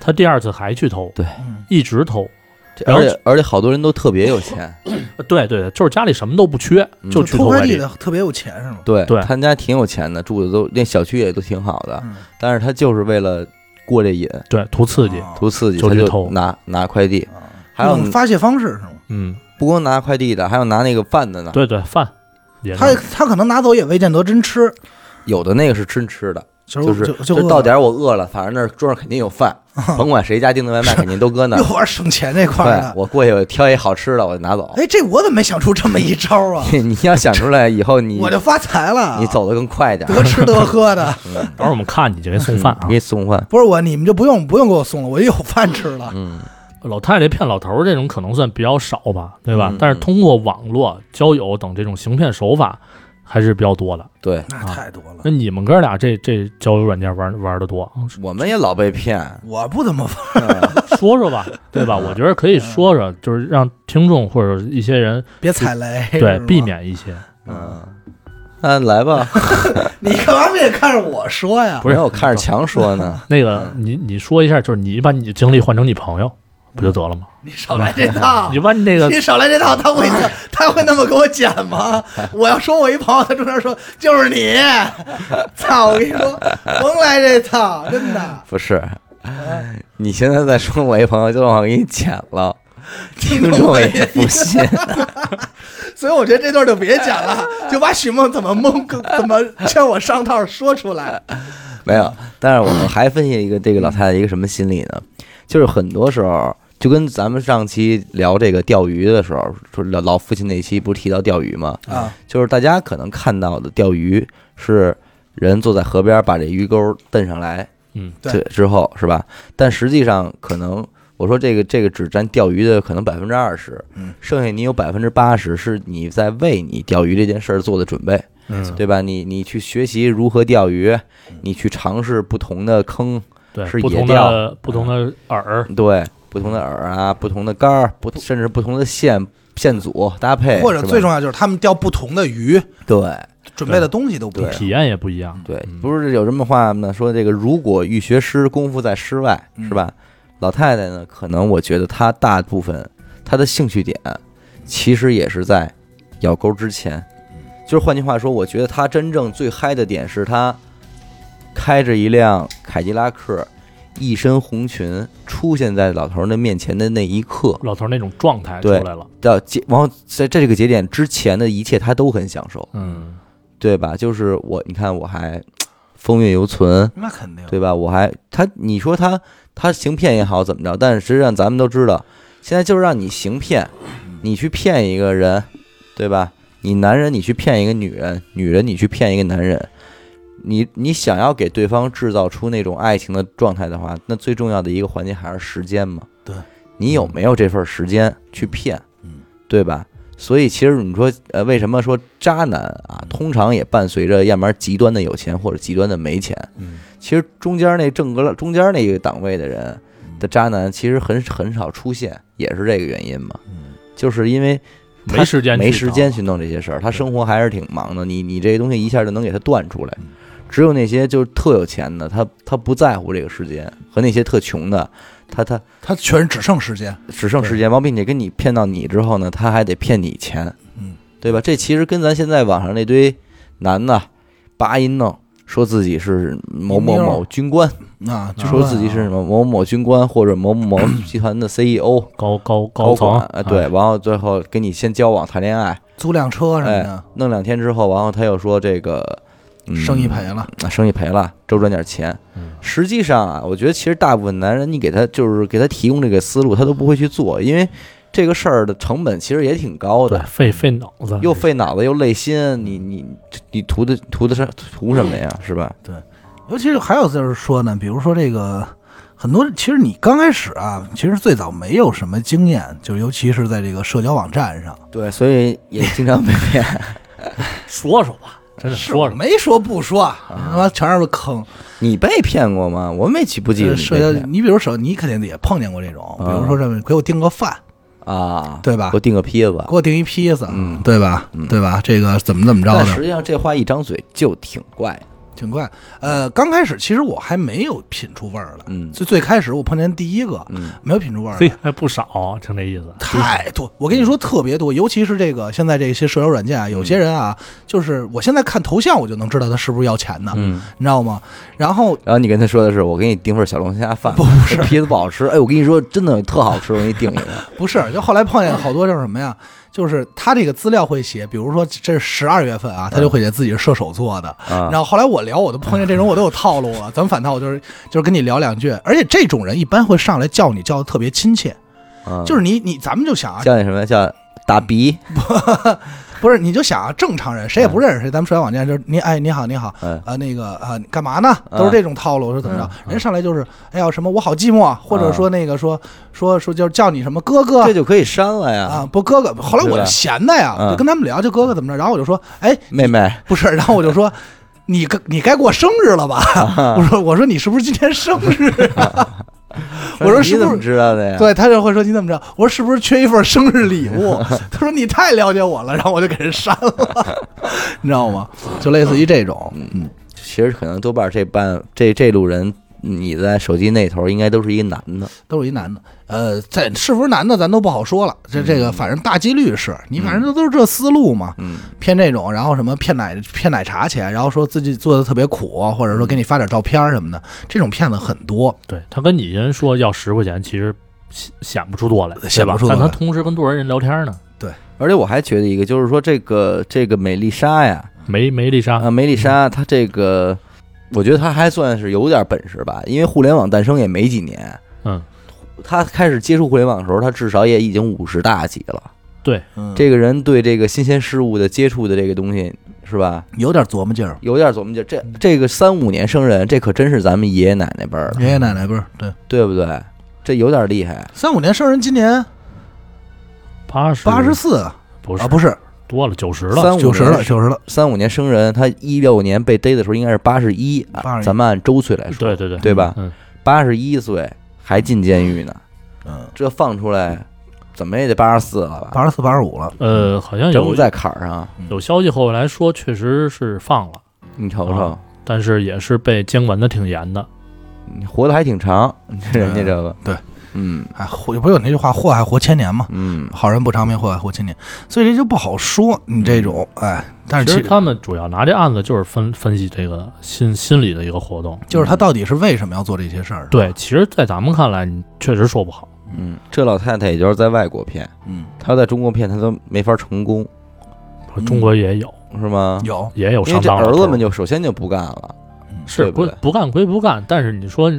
C: 他第二次还去偷，
D: 嗯，
C: 一直偷。
A: 这
C: 然后
A: 而且而且好多人都特别有 钱，
C: 呃对对对，就是家里什么都不缺，
A: 嗯
C: 就去
D: 偷
C: 快
D: 快递的特别有钱是吗？
A: 对，
C: 对
A: 他们家挺有钱的，住的都那小区也都挺好的，
D: 嗯，
A: 但是他就是为了过这瘾，
C: 对，图刺激。
D: 啊
A: 图啊刺激，
C: 哦就
A: 他
C: 去
A: 就
C: 偷
A: 拿拿快递，
D: 啊
A: 还有
D: 那种发泄方式是吗？
C: 嗯，
A: 不光拿快递的，还有拿那个饭的呢。
C: 对对，饭也
D: 他
C: 能
D: 他可能拿走也未见得真吃，
A: 有的那个是真吃的，
D: 就
A: 就是
D: 就
A: 就到点儿我饿了，嗯反正那儿桌上肯定有 饭，甭管谁家订的外卖，肯定都搁那
D: 又
A: 儿。
D: 玩省钱这块儿
A: 对，
D: 了。
A: 我过去我挑一好吃的，我就拿走。
D: 哎，这我怎么没想出这么一招啊？
A: 你你要想出来以后， 你
D: 我就发财了，
A: 你走得更快点儿，嗯
D: 得吃得喝的，
C: 等会儿我们看你就给送饭啊
A: 嗯给。你送饭。
D: 不是我，你们就不用不用给我送了，我就有饭吃了。
A: 嗯，
C: 老太太骗老头儿这种可能算比较少吧，对吧？
A: 嗯
C: 但是通过网络、交友等这种行骗手法还是比较多的。
A: 对，
D: 那太多了
C: 那，你们哥俩这这交友软件玩玩的多，啊
A: 我们也老被骗。
D: 我不怎么玩，
C: 说说 吧，对
A: 嗯
C: 吧？我觉得可以说说，就是让听众或者一些人
D: 别踩雷，
C: 对
D: 是吧
C: 避。免一些。
A: 嗯，那来 吧，
D: 你干嘛非得看着我说呀？
C: 不是
A: 没有我看着墙说呢。
C: 那个，
A: 嗯
C: 你你说一下，就是你把你的经历换成你朋友，不就得了吗？
D: 你少来这套
A: 啊
C: 你。把你那个
D: 你少来这套，他会他会那么给我剪 吗？我要说我一朋友，他中间说就是你， 操！我跟你说，甭来这套，真的。
A: 哎不是，你现在再说我一朋友，就让我给你剪了。
B: 听
A: 听众也不信，
B: 所以我觉得这段就别讲了，就把许梦怎么蒙怎么劝我上套说出来。
A: 没有。但是我们还分析一个这个老太太一个什么心理呢？就是很多时候，就跟咱们上期聊这个钓鱼的时候，说老老父亲那期不是提到钓鱼吗？
B: 啊，
A: 就是大家可能看到的钓鱼是人坐在河边把这鱼钩蹬上来，
C: 嗯，
B: 对
A: 对，之后是吧？但实际上可能我说这个这个只占钓鱼的可能百分之二十
B: 嗯，
A: 剩下你有百分之八十是你在为你钓鱼这件事儿做的准备，
C: 嗯，
A: 对吧？你你去学习如何钓鱼，你去尝试不同的坑，
C: 对，
A: 是嗯
C: 不
A: 野
C: 同
A: 钓
C: 的不同的饵，
A: 对，不同的饵啊，不同的杆儿，不甚至不同的线线组搭配，
D: 或者
A: 哎是吧
D: 最重要就是他们钓不同的鱼，
A: 对。
D: 准备的东西都不一
A: 啊
D: 样。
C: 体验也不一样。
A: 对
C: 嗯，
A: 不是有这么话呢？说这个如果欲学诗，功夫在诗外，是吧？老太太呢，可能我觉得她大部分她的兴趣点，其实也是在咬钩之前。就是换句话说，我觉得她真正最嗨的点是她开着一辆凯迪拉克，一身红裙出现在老头儿的面前的那一刻，
C: 老头儿那种状态出
A: 对
C: 来了，
A: 到节，然后在这个节点之前的一切，她都很享受，
C: 嗯，
A: 对吧？就是我，你看我还风韵犹存，
D: 那肯定，
A: 对吧？我还他，你说他他行骗也好怎么着，但是实际上咱们都知道，现在就是让你行骗，
D: 嗯
A: 你去骗一个人，对吧？你男人你去骗一个女人，女人你去骗一个男人，你你想要给对方制造出那种爱情的状态的话，那最重要的一个环节还是时间嘛。
D: 对，
A: 你有没有这份时间去骗？
D: 嗯，
A: 对吧？所以其实你说，呃，为什么说渣男
D: 嗯
A: 啊，通常也伴随着要么极端的有钱或者极端的没钱。
D: 嗯，
A: 其实中间那正格中间那个档位的人
D: 嗯
A: 的渣男，其实很很少出现，也是这个原因嘛。
D: 嗯
A: 就是因为他
C: 没时间去
A: 没时间
C: 找
A: 去弄这些事儿，他生活还是挺忙的。你你这些东西一下就能给他断出来
D: 嗯。
A: 只有那些就是特有钱的，他他不在乎这个时间，和那些特穷的，他他
D: 他全是只剩时间，
A: 只剩时间，完并且跟你骗到你之后呢，他还得骗你钱，
D: 嗯，
A: 对吧？这其实跟咱现在网上那堆男的八音弄，说自己是某某某军官，
D: 啊，就
A: 说自己是什么某某军官或者某某某集团的 CEO
C: 高高
A: 高
C: 层
A: 管，，呃对，
C: 啊，
A: 然后最后跟你先交往谈恋爱，
D: 租辆车什么
A: 哎
D: 的，，
A: 弄两天之后，然后他又说这个、嗯
D: 生意赔了，
A: 啊生意赔了，周转点钱。实际上啊，我觉得其实大部分男人，你给他就是给他提供这个思路，他都不会去做，因为这个事儿的成本其实也挺高
C: 对
A: 的，，
C: 费费脑子，
A: 又费脑子又累心，你你你图的图的是图什么呀？是吧？
D: 尤其是还有就是说呢，比如说这个很多，其实你刚开始啊，其实最早没有什么经验，就尤其是在这个社交网站上，
A: 对，所 以也经常被骗。
C: 说说吧，真的说说，
D: 没说不
A: 啊
D: 说，他妈全是坑。
A: 你被骗过吗？我没记不记得
D: 这
A: 你
D: 社交
A: 被，骗
D: 你比如说你肯定也碰见过这种，比如说这么给我订个饭，
A: 啊？
D: 对吧
A: 给我订个披子
D: 给。我订一披萨，
A: 嗯
D: 对吧？对吧？这个怎么怎么着
A: 但
D: 的
A: 实，际上这话一张嘴就挺怪的。
D: 挺快。呃，刚开始其实我还没有品出味儿来，
A: 嗯
D: 最最开始我碰见第一个
A: 嗯
D: 没有品出味儿
C: 嘿
D: 来。，
C: 还不少，听这意思，
D: 太多，我跟你说特别多，尤其是这个现在这些社交软件啊，
A: 嗯
D: 有些人啊，就是我现在看头像我就能知道他是不是要钱的，
A: 嗯，
D: 你知道吗？然后
A: 然后你跟他说的是，我给你订份小龙虾饭，不是皮子不好吃。哎，我跟你说，真的特好吃，我给你订一个。
D: 不是，就后来碰见好多就是什么呀？ 就是他这个资料会写，比如说这是十二月份啊，他就会写自己是射手座的。
A: 嗯啊
D: 然后后来我聊，我都碰见这种，我都有套路了。 咱们反套，我就是就是跟你聊两句，而且这种人一般会上来叫你叫的特别亲切，
A: 嗯
D: 就是你你咱们就想啊，
A: 叫你什么叫打鼻？
D: 不是你就想啊，正常人谁也不认识谁，咱们社交网站就是您哎你好你好
A: 嗯
D: 啊、那个啊、你干嘛呢？
A: 嗯
D: 都是这种套路，是怎么着？人上来就是哎呀什么我好寂寞，或者说那个说说说就是叫你什么哥哥，
A: 嗯这就可以删了呀，
D: 啊，不哥哥，后来我
A: 对吧
D: 就闲的呀，
A: 嗯
D: 就跟他们聊，就哥哥怎么着，然后我就说，哎，
A: 妹妹。
D: 不是，然后我就说，你该你该过生日了吧？ 我说我说你是不是今天生日啊？ 我说
A: 你
D: 是
A: 怎
D: 不
A: 么
D: 是？
A: 知道的呀？
D: 对，他就会说你怎么着？我说是不是缺一份生日礼物？ 他说你太了解我了，然后我就给人删了， 你知道吗？就类似于这种，嗯，
A: 其实可能多半这半这这路人，你在手机那头应该都是一个男的。
D: 都是一男的，呃，在是不是男的咱都不好说了，这这个反正大几率是你，反正都都是这思路嘛，
A: 嗯，
D: 骗这种，然后什么骗奶骗奶茶钱，然后说自己做的特别苦，或者说给你发点照片什么的，这种骗子很多。
C: 对他跟你人说要十块钱，其实显显不出多来，
D: 显不出多
C: 对吧
D: 来
C: 但他同时跟多少人聊天呢？
A: 而且我还觉得一个，就是说这个这个美丽莎呀，
C: 梅梅丽莎
A: 啊，
D: 嗯
A: 梅丽莎她这个，我觉得她还算是有点本事吧，因为互联网诞生也没几年，
C: 嗯，
A: 她开始接触互联网的时候，她至少也已经五十大几了。
D: 嗯
A: 这个人对这个新鲜事物的接触的这个东西，是吧？
D: 有点琢磨劲儿，
A: 有点琢磨劲儿。这这个三五年生人，这可真是咱们爷爷奶奶辈儿了，
D: 爷爷奶奶辈儿对，
A: 对不对？这有点厉害。
D: 三五年生人，今年
C: 八十
D: 八十四啊，
C: 不是
D: 不是
C: 多了九十了，
A: 三五
D: 九十
A: 年
D: 了，九十了，
A: 三五年生人，他一六年被逮的时候应该是八十一，
D: 81
A: 咱们按周岁来说，
C: 对对对
A: 对吧？
C: 嗯，
A: 八十一岁还进监狱呢，
D: 嗯，
A: 这放出来怎么也得八十四了吧？
D: 八十四八十五了，
C: 呃，好像有
A: 正在坎儿上，
C: 有消息后来说确实是放了，
A: 你瞅瞅
C: 啊，但是也是被监管的挺严的。
A: 你活得还挺长，人家这个
D: 对，
A: 嗯
D: 哎，活不是有那句话，祸害活千年嘛，
A: 嗯，
D: 好人不长命，祸害活千年，所以这就不好说。你这种，哎，但是
C: 其
D: 其
C: 实
D: 实
C: 他们主要拿这案子就是分分析这个心心理的一个活动。嗯
D: 就是他到底是为什么要做这些事儿？
C: 对，其实，在咱们看来，你确实说不好。
A: 嗯，这老太太也就是在外国骗，
D: 嗯，
A: 她在中国骗她都没法成功，
D: 嗯
C: 中国也有，
A: 是吗？
D: 有，嗯
C: 也有
A: 因为
C: 上
A: 这
C: 当的
A: 儿
C: 头
A: 子们就首先就不干了，
C: 是
A: 对不
C: 不
A: 对
C: 不干归不干，但是你说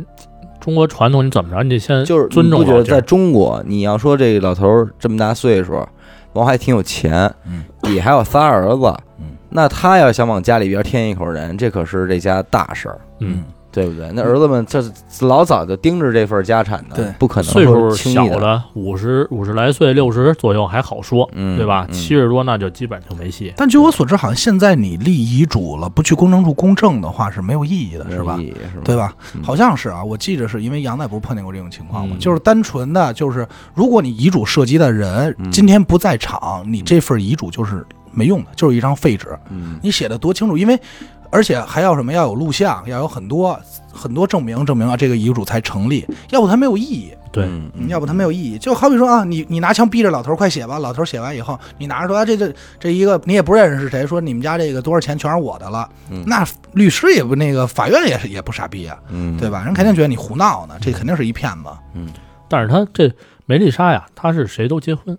C: 中国传统，你怎么着，你得先
A: 就是
C: 嗯尊重
A: 你不觉
C: 老
A: 得
C: 弟儿
A: 在中国，你要说这老头儿这么大岁数，然后还挺有钱，
D: 嗯，
A: 底还有仨儿子，
D: 嗯，
A: 那他要想往家里边添一口人，这可是这家大事儿，
C: 嗯，
A: 对不对？那儿子们这老早就盯着这份家产呢，
D: 对
A: 不可能
C: 岁数
A: 说轻
C: 小
A: 易的，
C: 的五十五十来岁、六十左右还好说，
A: 嗯
C: 对吧？
A: 嗯
C: 七十多那就基本就没戏。
D: 但据我所知，好像现在你立遗嘱了，不去公证处公证的话是没有意义的，
A: 没
D: 是
A: 有
D: 吧
A: 意？义？嗯是吧？
D: 对吧
A: 嗯？
D: 好像是啊，我记着是因为杨仔不是碰见过这种情况吗？
C: 嗯
D: 就是单纯的，就是如果你遗嘱涉及的人
A: 嗯
D: 今天不在场，你这份遗嘱就是没用的，就是一张废纸。
A: 嗯
D: 你写的多清楚，因为而且还要什么要有录像，要有很多很多证明，证明啊这个遗嘱才成立，要不它没有意义，
C: 对，
A: 嗯嗯
D: 要不它没有意义。就好比说啊，你你拿枪逼着老头儿快写吧，老头儿写完以后，你拿着说、啊、这这这一个你也不认识是谁，说你们家这个多少钱全是我的了，
A: 嗯
D: 那律师也不那个法院也是也不傻逼啊，
A: 嗯，
D: 对吧？人肯定觉得你胡闹呢，这肯定是一骗子。
A: 嗯，
C: 但是他这梅丽莎呀，她是谁都结婚，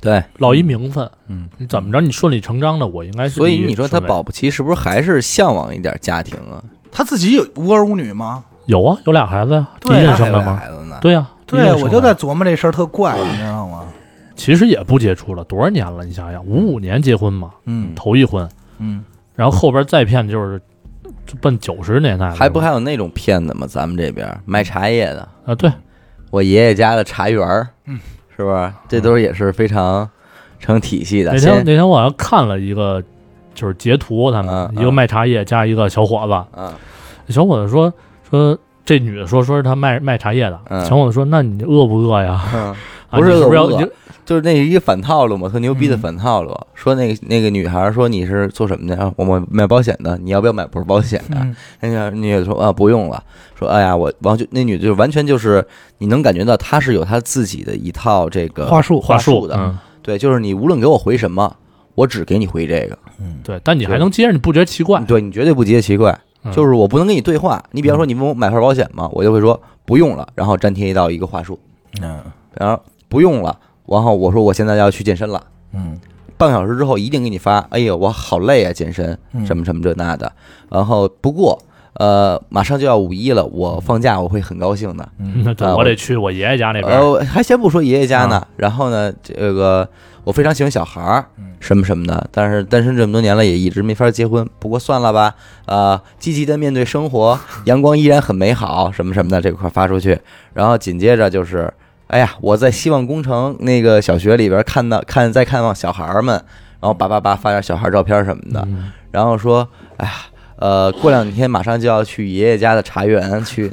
A: 对，
C: 落一名分，
A: 嗯，
C: 你怎么着，你顺理成章的，我应该是
A: 所
C: 第一
A: 以
C: 顺位。
A: 你说他保不齐是不是还是向往一点家庭啊？
D: 他自己有无儿无女吗？
C: 有啊，有俩孩子呀，第一
D: 对啊
C: 任
A: 还
C: 生
A: 有
C: 的吗？
A: 孩子呢？
C: 对呀、第一
D: 对
C: 任，生
D: 我就
C: 的
D: 在琢磨这事儿特怪，你知道吗？
C: 其实也不接触了，多少年了？你想想，五五年结婚嘛，
D: 嗯
C: 头一婚，
D: 嗯，
C: 然后后边再骗就是就奔九十年代了
A: 还不还有那种骗子吗？咱们这边儿卖茶叶的，
D: 嗯
C: 啊？对，
A: 我爷爷家的茶园儿，嗯，是不是？这都是也是非常成体系的。
C: 那天
A: 先
C: 那天我好像看了一个就是截图，他们、
A: 嗯嗯
C: 一个卖茶叶加一个小伙子，
A: 嗯
C: 小伙子说说这女的说说是他卖卖茶叶的，
A: 嗯
C: 小伙子说那你饿不饿呀？
A: 嗯，
C: 啊
A: 不是
C: 你是
A: 饿
C: 不
A: 不
C: 是要
A: 饿嗯
C: 你
A: 就是那一个反套路嘛，特牛逼
D: 嗯
A: 的反套路。说那个那个女孩说你是做什么的？啊我们卖保险的，你要不要买波保险？
D: 嗯
A: 那个女的说啊不用了。说哎呀我完就那女的就完全就是你能感觉到她是有她自己的一套这个
D: 话术
A: 话
C: 术
A: 的，
C: 嗯，
A: 对，就是你无论给我回什么，我只给你回这个。
C: 对，但你还能接着，你不觉得奇
D: 哎
C: 怪？
A: 对你绝对不觉得奇怪，
C: 嗯
A: 就是我不能跟你对话。你比方说你问我买份保险吗？我就会说不用了，然后粘贴一道一个话术，
D: 嗯
A: 然后不用了，然后我说我现在要去健身了，
D: 嗯
A: 半个小时之后一定给你发。哎呦，我好累啊，健身
D: 嗯
A: 什么什么这那的。然后不过呃，马上就要五一了，我放假我会很高兴的。
C: 嗯那对
A: 啊
C: 我
A: 我
C: 得去我爷爷家那边。啊
A: 呃，还先不说爷爷家呢，然后呢，这个我非常喜欢小孩儿
D: 嗯，
A: 什么什么的，但是单身这么多年了，也一直没法结婚。不过算了吧，呃，积极的面对生 活，阳光依然很美好，什么什么的这块发出去。然后紧接着就是，哎呀，我在希望工程那个小学里边看到看在看望小孩儿们，然后叭叭叭发点小孩照片什么的，
C: 嗯
A: 然后说，哎呀，呃，过两天马上就要去爷爷家的茶园 去。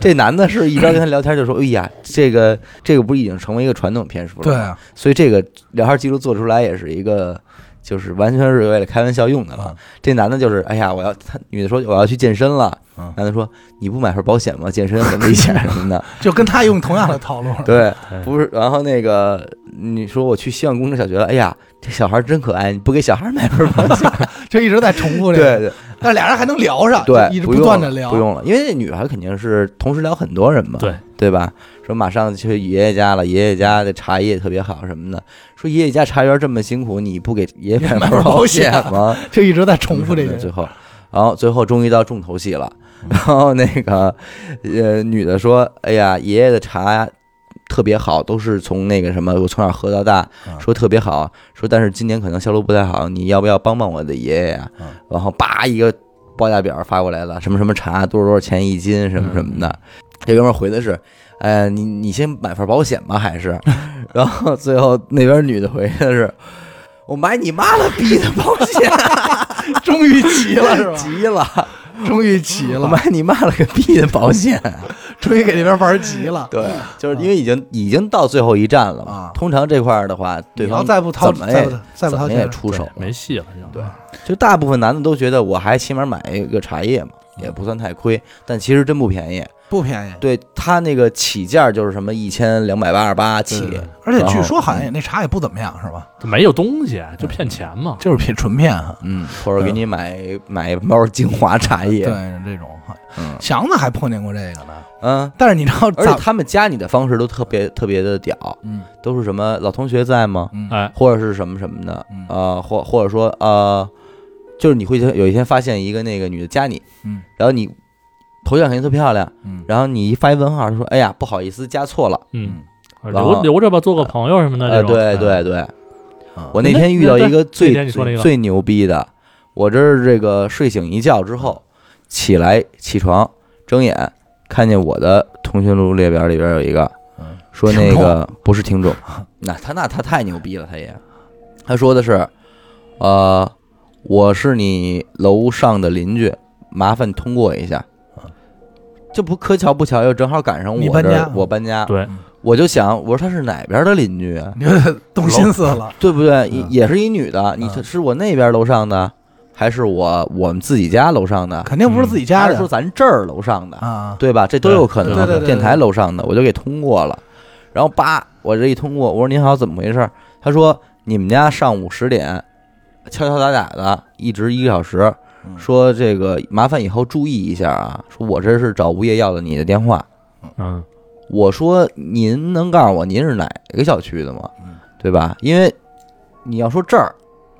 A: 这男的是一边跟他聊天就说，哎呀，这个这个不是已经成为一个传统骗术了？
D: 对，啊，
A: 所以这个聊天记录做出来也是一个。就是完全是为了开玩笑用的了
D: 嗯。
A: 这男的就是，哎呀，我要他女的说我要去健身了
D: 嗯，
A: 男的说你不买份保险吗？健身很危险什么的。
D: 就跟他用同样的套路。
A: 对
C: 哎，
A: 不是。然后那个你说我去希望工程小学了，哎呀，这小孩真可爱，你不给小孩买份保险？
D: 就一直在重复
A: 对
D: 这个，
A: 对
D: 但是俩人还能聊上，
A: 对，
D: 就一直
A: 用
D: 断
A: 了
D: 的聊，
A: 不用了，因为那女孩肯定是同时聊很多人嘛，
C: 对
A: 对吧？说马上去爷爷家了，爷爷家的茶叶特别好什么的，说爷爷家茶园这么辛苦，你不给爷爷买份保险
D: 啊
A: 吗？
D: 就一直在重复这
A: 个。
D: 些
A: 最。后，然后最后终于到重头戏了，
D: 嗯
A: 然后那个呃女的说：“哎呀，爷爷的茶特别好，都是从那个什么我从小喝到大，
D: 嗯
A: 说特别好，说但是今年可能销路不太好，你要不要帮帮我的爷爷呀、
D: 嗯
A: 然后叭一个报价表发过来了，什么什么茶多少多少钱一斤，什么什么的。
D: 嗯
A: 这哥们儿回的是。哎，你你先买份保险吧，还是？ 然后最后那边女的回的是，我买你妈了逼的保险，
D: 终于齐了是吧？
A: 急了，
D: 终于齐
A: 我
D: 了，
A: 买你妈了个逼的保险。
D: 终于给那边玩急了。
A: 对，就是因为已经已经到最后一站了嘛
D: 啊。
A: 通常这块儿的话，对
D: 你要
A: 方
D: 再不掏，
A: 怎么
D: 再
A: 也
D: 不再不
A: 怎
D: 掏
A: 么
D: 钱
A: 也，出手了，嗯
C: 没戏了，像对，
A: 就大部分男的都觉得我还起码买一个茶叶嘛，也不算太亏，但其实真不便宜。
D: 不便宜。
A: 对他那个起价就是什么一千两百八十八起，
D: 而且据
A: 然后嗯
D: 说好像也那茶也不怎么样，是 吧？
C: 这没有东西就骗钱嘛。
D: 就是骗纯骗哈。
A: 嗯，或者给你买买一包精华茶叶
D: 对，，这种哈
A: 嗯
D: 祥子还碰见过这个呢。
A: 嗯。
D: 但是你知道
A: 而且
D: 咋？
A: 他们加你的方式都特别特别的屌，
D: 嗯
A: 都是什么老同学在吗？
D: 嗯
C: 哎，
A: 或者是什么什么的
D: 嗯，
A: 呃，或或者说呃，就是你会有一天发现一个那个女的加你，
D: 嗯
A: 然后你头像肯定特漂亮，
D: 嗯
A: 然后你一发一问号就说，哎呀，不好意思，加错了，
C: 嗯，
A: 然
C: 留
A: 后
C: 留着吧，做个朋友什么的
A: 呃，
C: 这种。
A: 对
C: 嗯，
A: 对对，
D: 啊
A: 我那天遇到一个最
C: 那天你说那个
A: 最牛逼的，我这是这个睡醒一觉之后起来起床睁眼看见我的通讯录列表里边有一个
D: 嗯
A: 说那
D: 听
A: 个不是听众， 那他那他太牛逼了，他也他说的是，呃，我是你楼上的邻居，麻烦通过一下
C: 嗯
D: 啊。
A: 这不可巧不巧，又正好赶上
D: 你
A: 我
D: 搬
A: 这
D: 家
A: 儿我搬家，
C: 对
A: 我就想，我说他是哪边的邻居啊？
D: 你就动心思了。
A: 对不对？也
D: 嗯
A: 也是一女的，你
D: 嗯
A: 这是我那边楼上的，还是我我们自己家楼上的？
D: 肯定不是自己家
A: 还嗯是说
D: 的
A: 咱这儿楼上的，
D: 啊，
A: 对吧？这都有可能。
D: 对对对对
A: 电台楼上的，我就给通过了。然后叭，我这一通过，我说您好，怎么回事？他说你们家上午十点敲敲打打的，一直一个小时，
D: 嗯
A: 说这个麻烦以后注意一下啊。说我这是找物业要的你的电话，
C: 嗯，
A: 我说您能告诉我您是哪个小区的吗
D: 嗯？
A: 对吧？因为你要说这儿，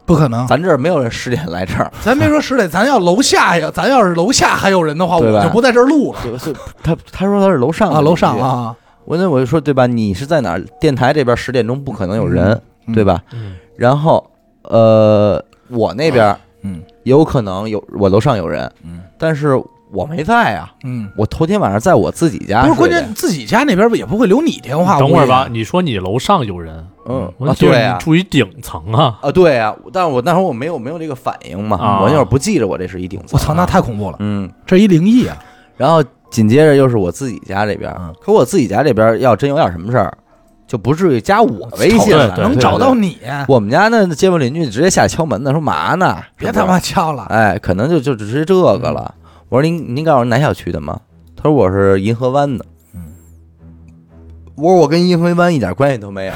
D: 不可能。
A: 咱这儿没有人十点来这儿，
D: 咱别说十里，咱要楼下呀，咱要是楼下还有人的话，
A: 对吧
D: 我 就不在这儿录了
A: 对所以他他说他是楼上的
D: 啊，楼上
A: 邻居，
D: 啊，
A: 我那我就说对吧？你是在哪儿？电台这边十点钟不可能有人，
D: 嗯
A: 对吧？
C: 嗯
A: 然后呃，我那边
D: 嗯
A: 有可能有我楼上有人，
D: 嗯
A: 但是我没在啊，
D: 嗯，
A: 我头天晚上在我自己家睡啊
D: 不是
A: 的，
D: 关键，你自己家那边也不会留你电话。
C: 等会儿吧，
D: 我
C: 你说你楼上有人，
A: 嗯
C: 我
A: 啊
C: 记得
A: 对啊
C: 你住一顶层啊，
A: 啊对啊，但是我那会儿我没有没有这个反应嘛，
C: 啊
A: 我那会儿不记着我这是一顶
D: 也，我
A: 层，
D: 操，那太恐怖了，
A: 嗯。
D: 这一灵异啊，
A: 然后紧接着又是我自己家这边儿啊
D: 嗯，
A: 可我自己家这边儿要真有点什么事儿，就不至于加我微信了，
C: 对对
D: 能
A: 对
D: 找到。
A: 对
D: 你，
A: 我们家那街坊邻居直接下去敲门呢，说嘛呢？
D: 别
A: 是不是
D: 他妈！敲了，
A: 哎，可能就就只是这个了。我说您您告诉我哪小区的吗？他说我是银河湾的。
D: 嗯，
A: 我说我跟银河湾一点关系都没有。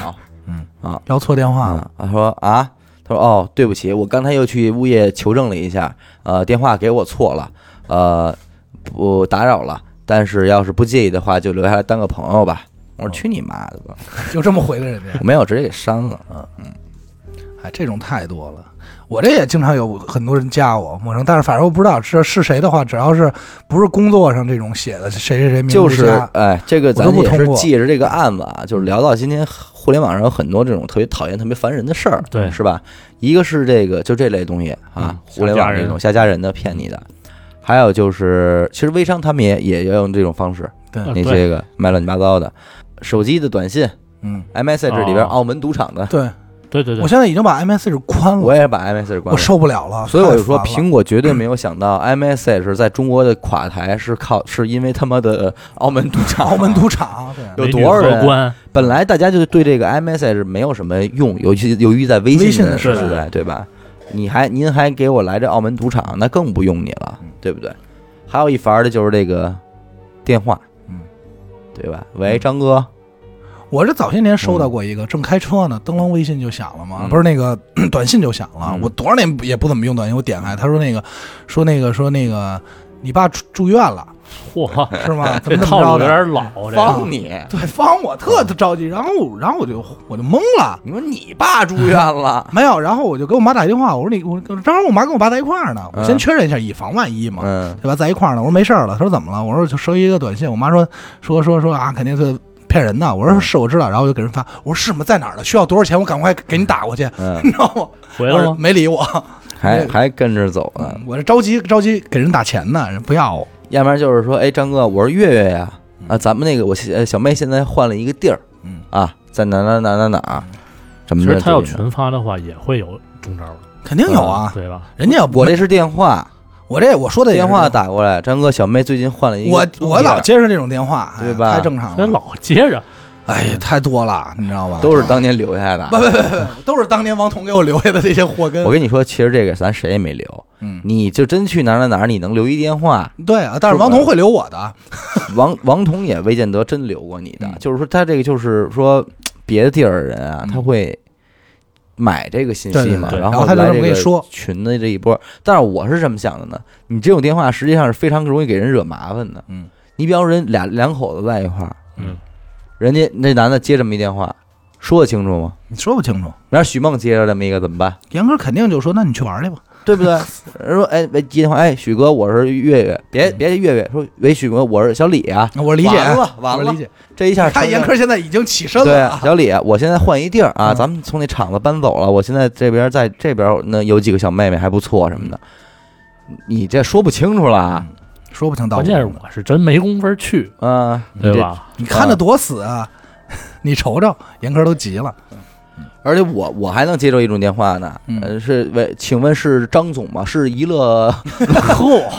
D: 要错电话了。
A: 啊，他说啊，他说哦，对不起，我刚才又去物业求证了一下，呃，电话给我错了，呃，不打扰了，但是要是不介意的话，就留下来当个朋友吧。我
D: 哦
A: 说去你妈的吧！
D: 就这么回的人家。
A: 我没有，直接给删了。
D: 嗯哎，这种太多了。我这也经常有很多人加我陌生，但是反正我不知道是是谁的话，只要是不是工作上这种写的谁谁谁名字
A: 就是
D: 加
A: 哎，这个
D: 我都
A: 咱
D: 不
A: 也
D: 通
A: 是
D: 过嗯
A: 借着这个案子啊，就是聊到今天互联网上有很多这种特别讨厌、特别烦人的事儿，
C: 对
A: 是吧？一个是这个就这类东西啊
C: 嗯，
A: 互联网
C: 下家人
A: 这种下家人的骗你的，还有就是其实微商他们也也要用这种方式，
D: 对，
C: 啊
A: 那
C: 对
A: 些个卖乱七八糟的，手机的短信
D: 嗯，
A: ，iMessage 里边
C: 哦
A: 澳门赌场的，
D: 对
C: 对对对
D: 我，现在已经把 MS 关了，
A: 我也把 iMessage 关
D: 我
A: 了。
D: 受不了了，
A: 所以我就说，
D: 太烦了
A: 苹果绝对没有想到 iMessage 在中国的垮台是靠是因为他妈的澳门赌场。
D: 澳门赌场，对，
A: 有
C: 美
A: 多
C: 女
A: 少
C: 荷
A: 人啊
C: 官
A: 本来大家就对这个 iMessage 没有什么用，尤其由于在微信
D: 微信
A: 的
D: 的
A: 时
C: 时代
A: 代，对吧？你还您还给我来这澳门赌场，那更不用你了，
D: 嗯
A: 对不对？还有一法儿的就是这个电话，
D: 嗯，
A: 对吧？喂，张哥，
D: 我这早些年收到过
C: 嗯
D: 一个，正开车呢，灯笼微信就响了嘛，
A: 嗯
D: 不是那个 短信就响了
A: 嗯。
D: 我多 少年也不怎么用短信，我点开，他说那个，说那个，说那个，你爸住住院了，
C: 嚯，
D: 是吗？怎么这
C: 这套
D: 么着
C: 路有
D: 的？
C: 点嗯老，这
D: 方
C: 个
A: 帮你，
D: 对，方我特着急，然后我然后我就我就懵了，
A: 你说你爸住院了，
D: 没有，然后我就给我妈打电话，我说你我正好我妈跟我爸在一块儿呢，我先
A: 嗯
D: 确认一下，以防万一嘛。
A: 嗯
D: 对吧？在一块儿呢。我说没事儿了。他说怎么了？我说就收一个短信。我妈说说说说啊，肯定是骗人的。我说是，我知道。然后我就给人发，我说是吗？在哪儿呢？需要多少钱？我赶快给你打过去，
A: 嗯，
D: 你知道吗？
C: 回来了吗？
D: 没理我，嗯
A: 还还跟着走呢，
D: 我这着急着急给人打钱呢，人不要我。
A: 要不然就是说，哎，张哥，我是月月呀，啊，咱们那个我呃小妹现在换了一个地儿，
D: 嗯
A: 啊，在哪哪哪哪哪儿，什
C: 其
A: 么的。
C: 实他要
A: 这种
C: 群发的话，也会有中招的，
D: 肯定有啊，
C: 对吧？
D: 人家要
A: 嗯我这是电话，
D: 我这我说的也是
A: 电话，打过来，张哥，小妹最近换了一个
D: 我
A: 地儿，
D: 我老接受这种电话，哎
A: 对吧
D: 太正常
C: 那
D: 了。
C: 老接着，
D: 哎呀，太多了，你知道吧？
A: 都是当年留下的。
D: 不不不不不，都是当年王彤给我留下的这些祸根
A: 我。跟你说，其实这个咱谁也没留，
D: 嗯，
A: 你就真去哪儿哪儿哪儿，你能留一电话，
D: 对啊，但是王彤会留我的。
A: 王王彤也未见得真留过你的，
D: 嗯
A: 就是说他这个就是说别的地儿的人啊，
D: 嗯
A: 他会买这个信
D: 对
A: 息
D: 对
A: 嘛，
C: 对
A: 然
D: 然后他就
A: 来
D: 这
A: 这
D: 么跟你
A: 个
D: 说
A: 群的这一波。但是我是这么想的呢，你这种电话实际上是非常容易给人惹麻烦的。
D: 嗯，
A: 你比方说人俩两口子在一块儿，
C: 嗯，
A: 人家那男的接这么一电话，说得清楚吗？
D: 你说不清楚，
A: 明儿许梦接着这么一个怎么办？
D: 严哥肯定就说：“那你去玩去吧。”
A: 对不对？人 说哎，喂接电话，哎，许哥，我是月月，别别月月，说喂，许哥，我是小李啊。
D: 我嗯理解，
A: 完了 完了
D: 我理解。
A: 这一下
D: 看
A: 成
D: 严
A: 了
D: 科现在已经起身
A: 对
D: 了啊，
A: 小李，我现在换一地儿啊，
D: 嗯
A: 咱们从那厂子搬走了。我现在这边在这边那有几个小妹妹还不错什么的，你这说不清楚了啊，
D: 说不清道不
C: 关
D: 明
C: 键是
D: 的。
C: 我是真没工夫去，
A: 嗯，你
C: 对
A: 这？
C: 吧？
D: 你看的多死啊！你瞅瞅，严科都急了。
A: 而且我我还能接受一种电话呢，
D: 嗯
A: 呃是喂，请问是张总吗？是娱 乐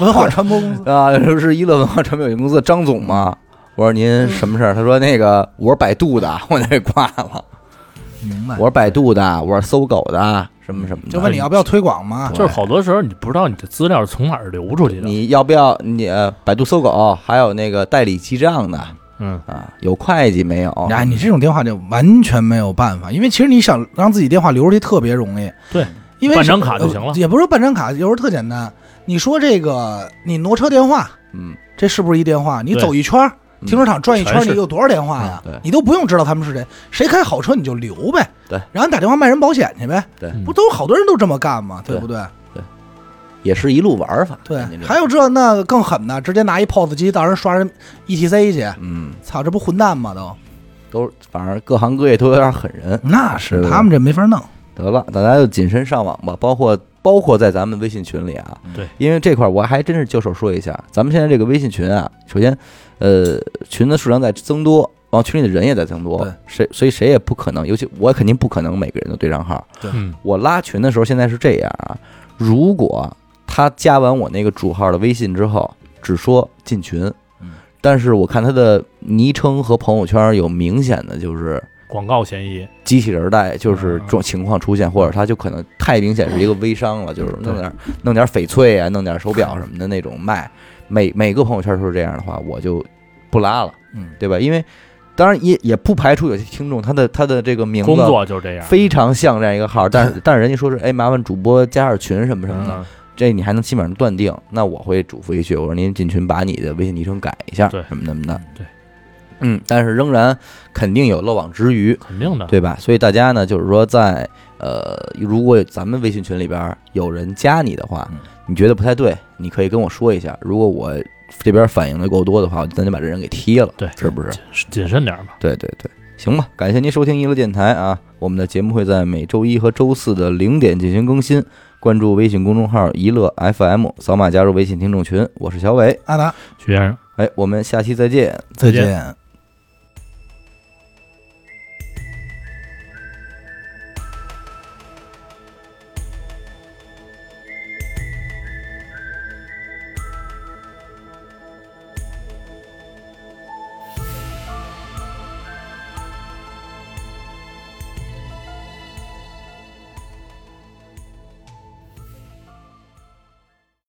D: 文化传播公 司，
A: 啊，是娱乐文化传媒有限公司的张总吗？我说您什么事儿？他说那个我是百度的，我就给挂了。
D: 明白
A: 我？是百度的，我是搜狗的，什么什么的。
D: 就问你要不要推广嘛？
C: 就是好多时候你不知道你的资料是从哪儿流出去的，
A: 你要不要你呃百度搜狗，还有那个代理记账的，
C: 嗯，
A: 啊，有会计没有？
D: 哎，你这种电话就完全没有办法，因为其实你想让自己电话留出去特别容易。
C: 对，
D: 因为
C: 办张卡就行了
D: 呃也不是办张卡，有时候特简单。你说这个，你挪车电话，
A: 嗯，
D: 这是不是一电话？你
C: 对
D: 走一圈儿，
A: 嗯
D: 停车场转一圈儿，
C: 全是
D: 你有多少电话呀
A: 嗯对？
D: 你都不用知道他们是谁，谁开好车你就留呗。
A: 对，
D: 然后你打电话卖人保险去呗。
A: 对
C: 嗯
D: 不都好多人都这么干吗？
A: 对
D: 对不对？
A: 也是一路玩儿法。
D: 对
A: 人家，这
D: 还有这那个更狠的，直接拿一 POS 机到人刷人 ETC 去，
A: 嗯，
D: 操，这不混蛋吗？都
A: 都是反正各行各业都有点狠人。
D: 那
A: 对
D: 是
A: 对
D: 他们这没法弄，
A: 得了，大家就谨慎上网吧，包括包括在咱们微信群里啊。
C: 对，
A: 因为这块儿我还真是就手说一下，咱们现在这个微信群啊，首先，呃，群的数量在增多，然后群里的人也在增多
D: 对，
A: 谁所以谁也不可能，尤其我肯定不可能每个人都对上号。
C: 嗯，
A: 我拉群的时候现在是这样啊，如果他加完我那个主号的微信之后，只说进群
D: 嗯，
A: 但是我看他的昵称和朋友圈有明显的就是
C: 广告嫌疑，
A: 机器人儿带，就是
C: 嗯
A: 这种情况出现，或者他就可能太明显是一个微商了，就是弄点儿弄点儿翡翠啊，弄点儿手表什么的那种卖，每每个朋友圈都是这样的话，我就不拉了，
D: 嗯，
A: 对吧？因为当然也也不排除有些听众他的他的这个名字啊
C: 工作就是这样，
A: 非常像这样一个号，但 是但是人家说是哎，麻烦主播加下群什么什么的，
C: 嗯，
A: 这你还能基本上断定。那我会嘱咐一句，我说您进群把你的微信昵称改一下，
C: 对
A: 什么什么的，
C: 对，
A: 嗯，但是仍然肯定有漏网之鱼，
C: 肯定的，
A: 对吧？所以大家呢，就是说在呃，如果咱们微信群里边有人加你的话
D: 嗯，
A: 你觉得不太对，你可以跟我说一下。如果我这边反应的够多的话，咱就把这人给踢了，
C: 对
A: 是不是？
C: 谨谨慎点儿吧。
A: 对对对，行吧，感谢您收听一乐电台啊，我们的节目会在每周一和周四的零点进行更新。关注微信公众号“一乐 FM”，扫码加入微信听众群。我是小伟，
D: 阿达，
C: 徐先生，
A: 哎，我们下期再见。
D: 再
C: 见
D: 见。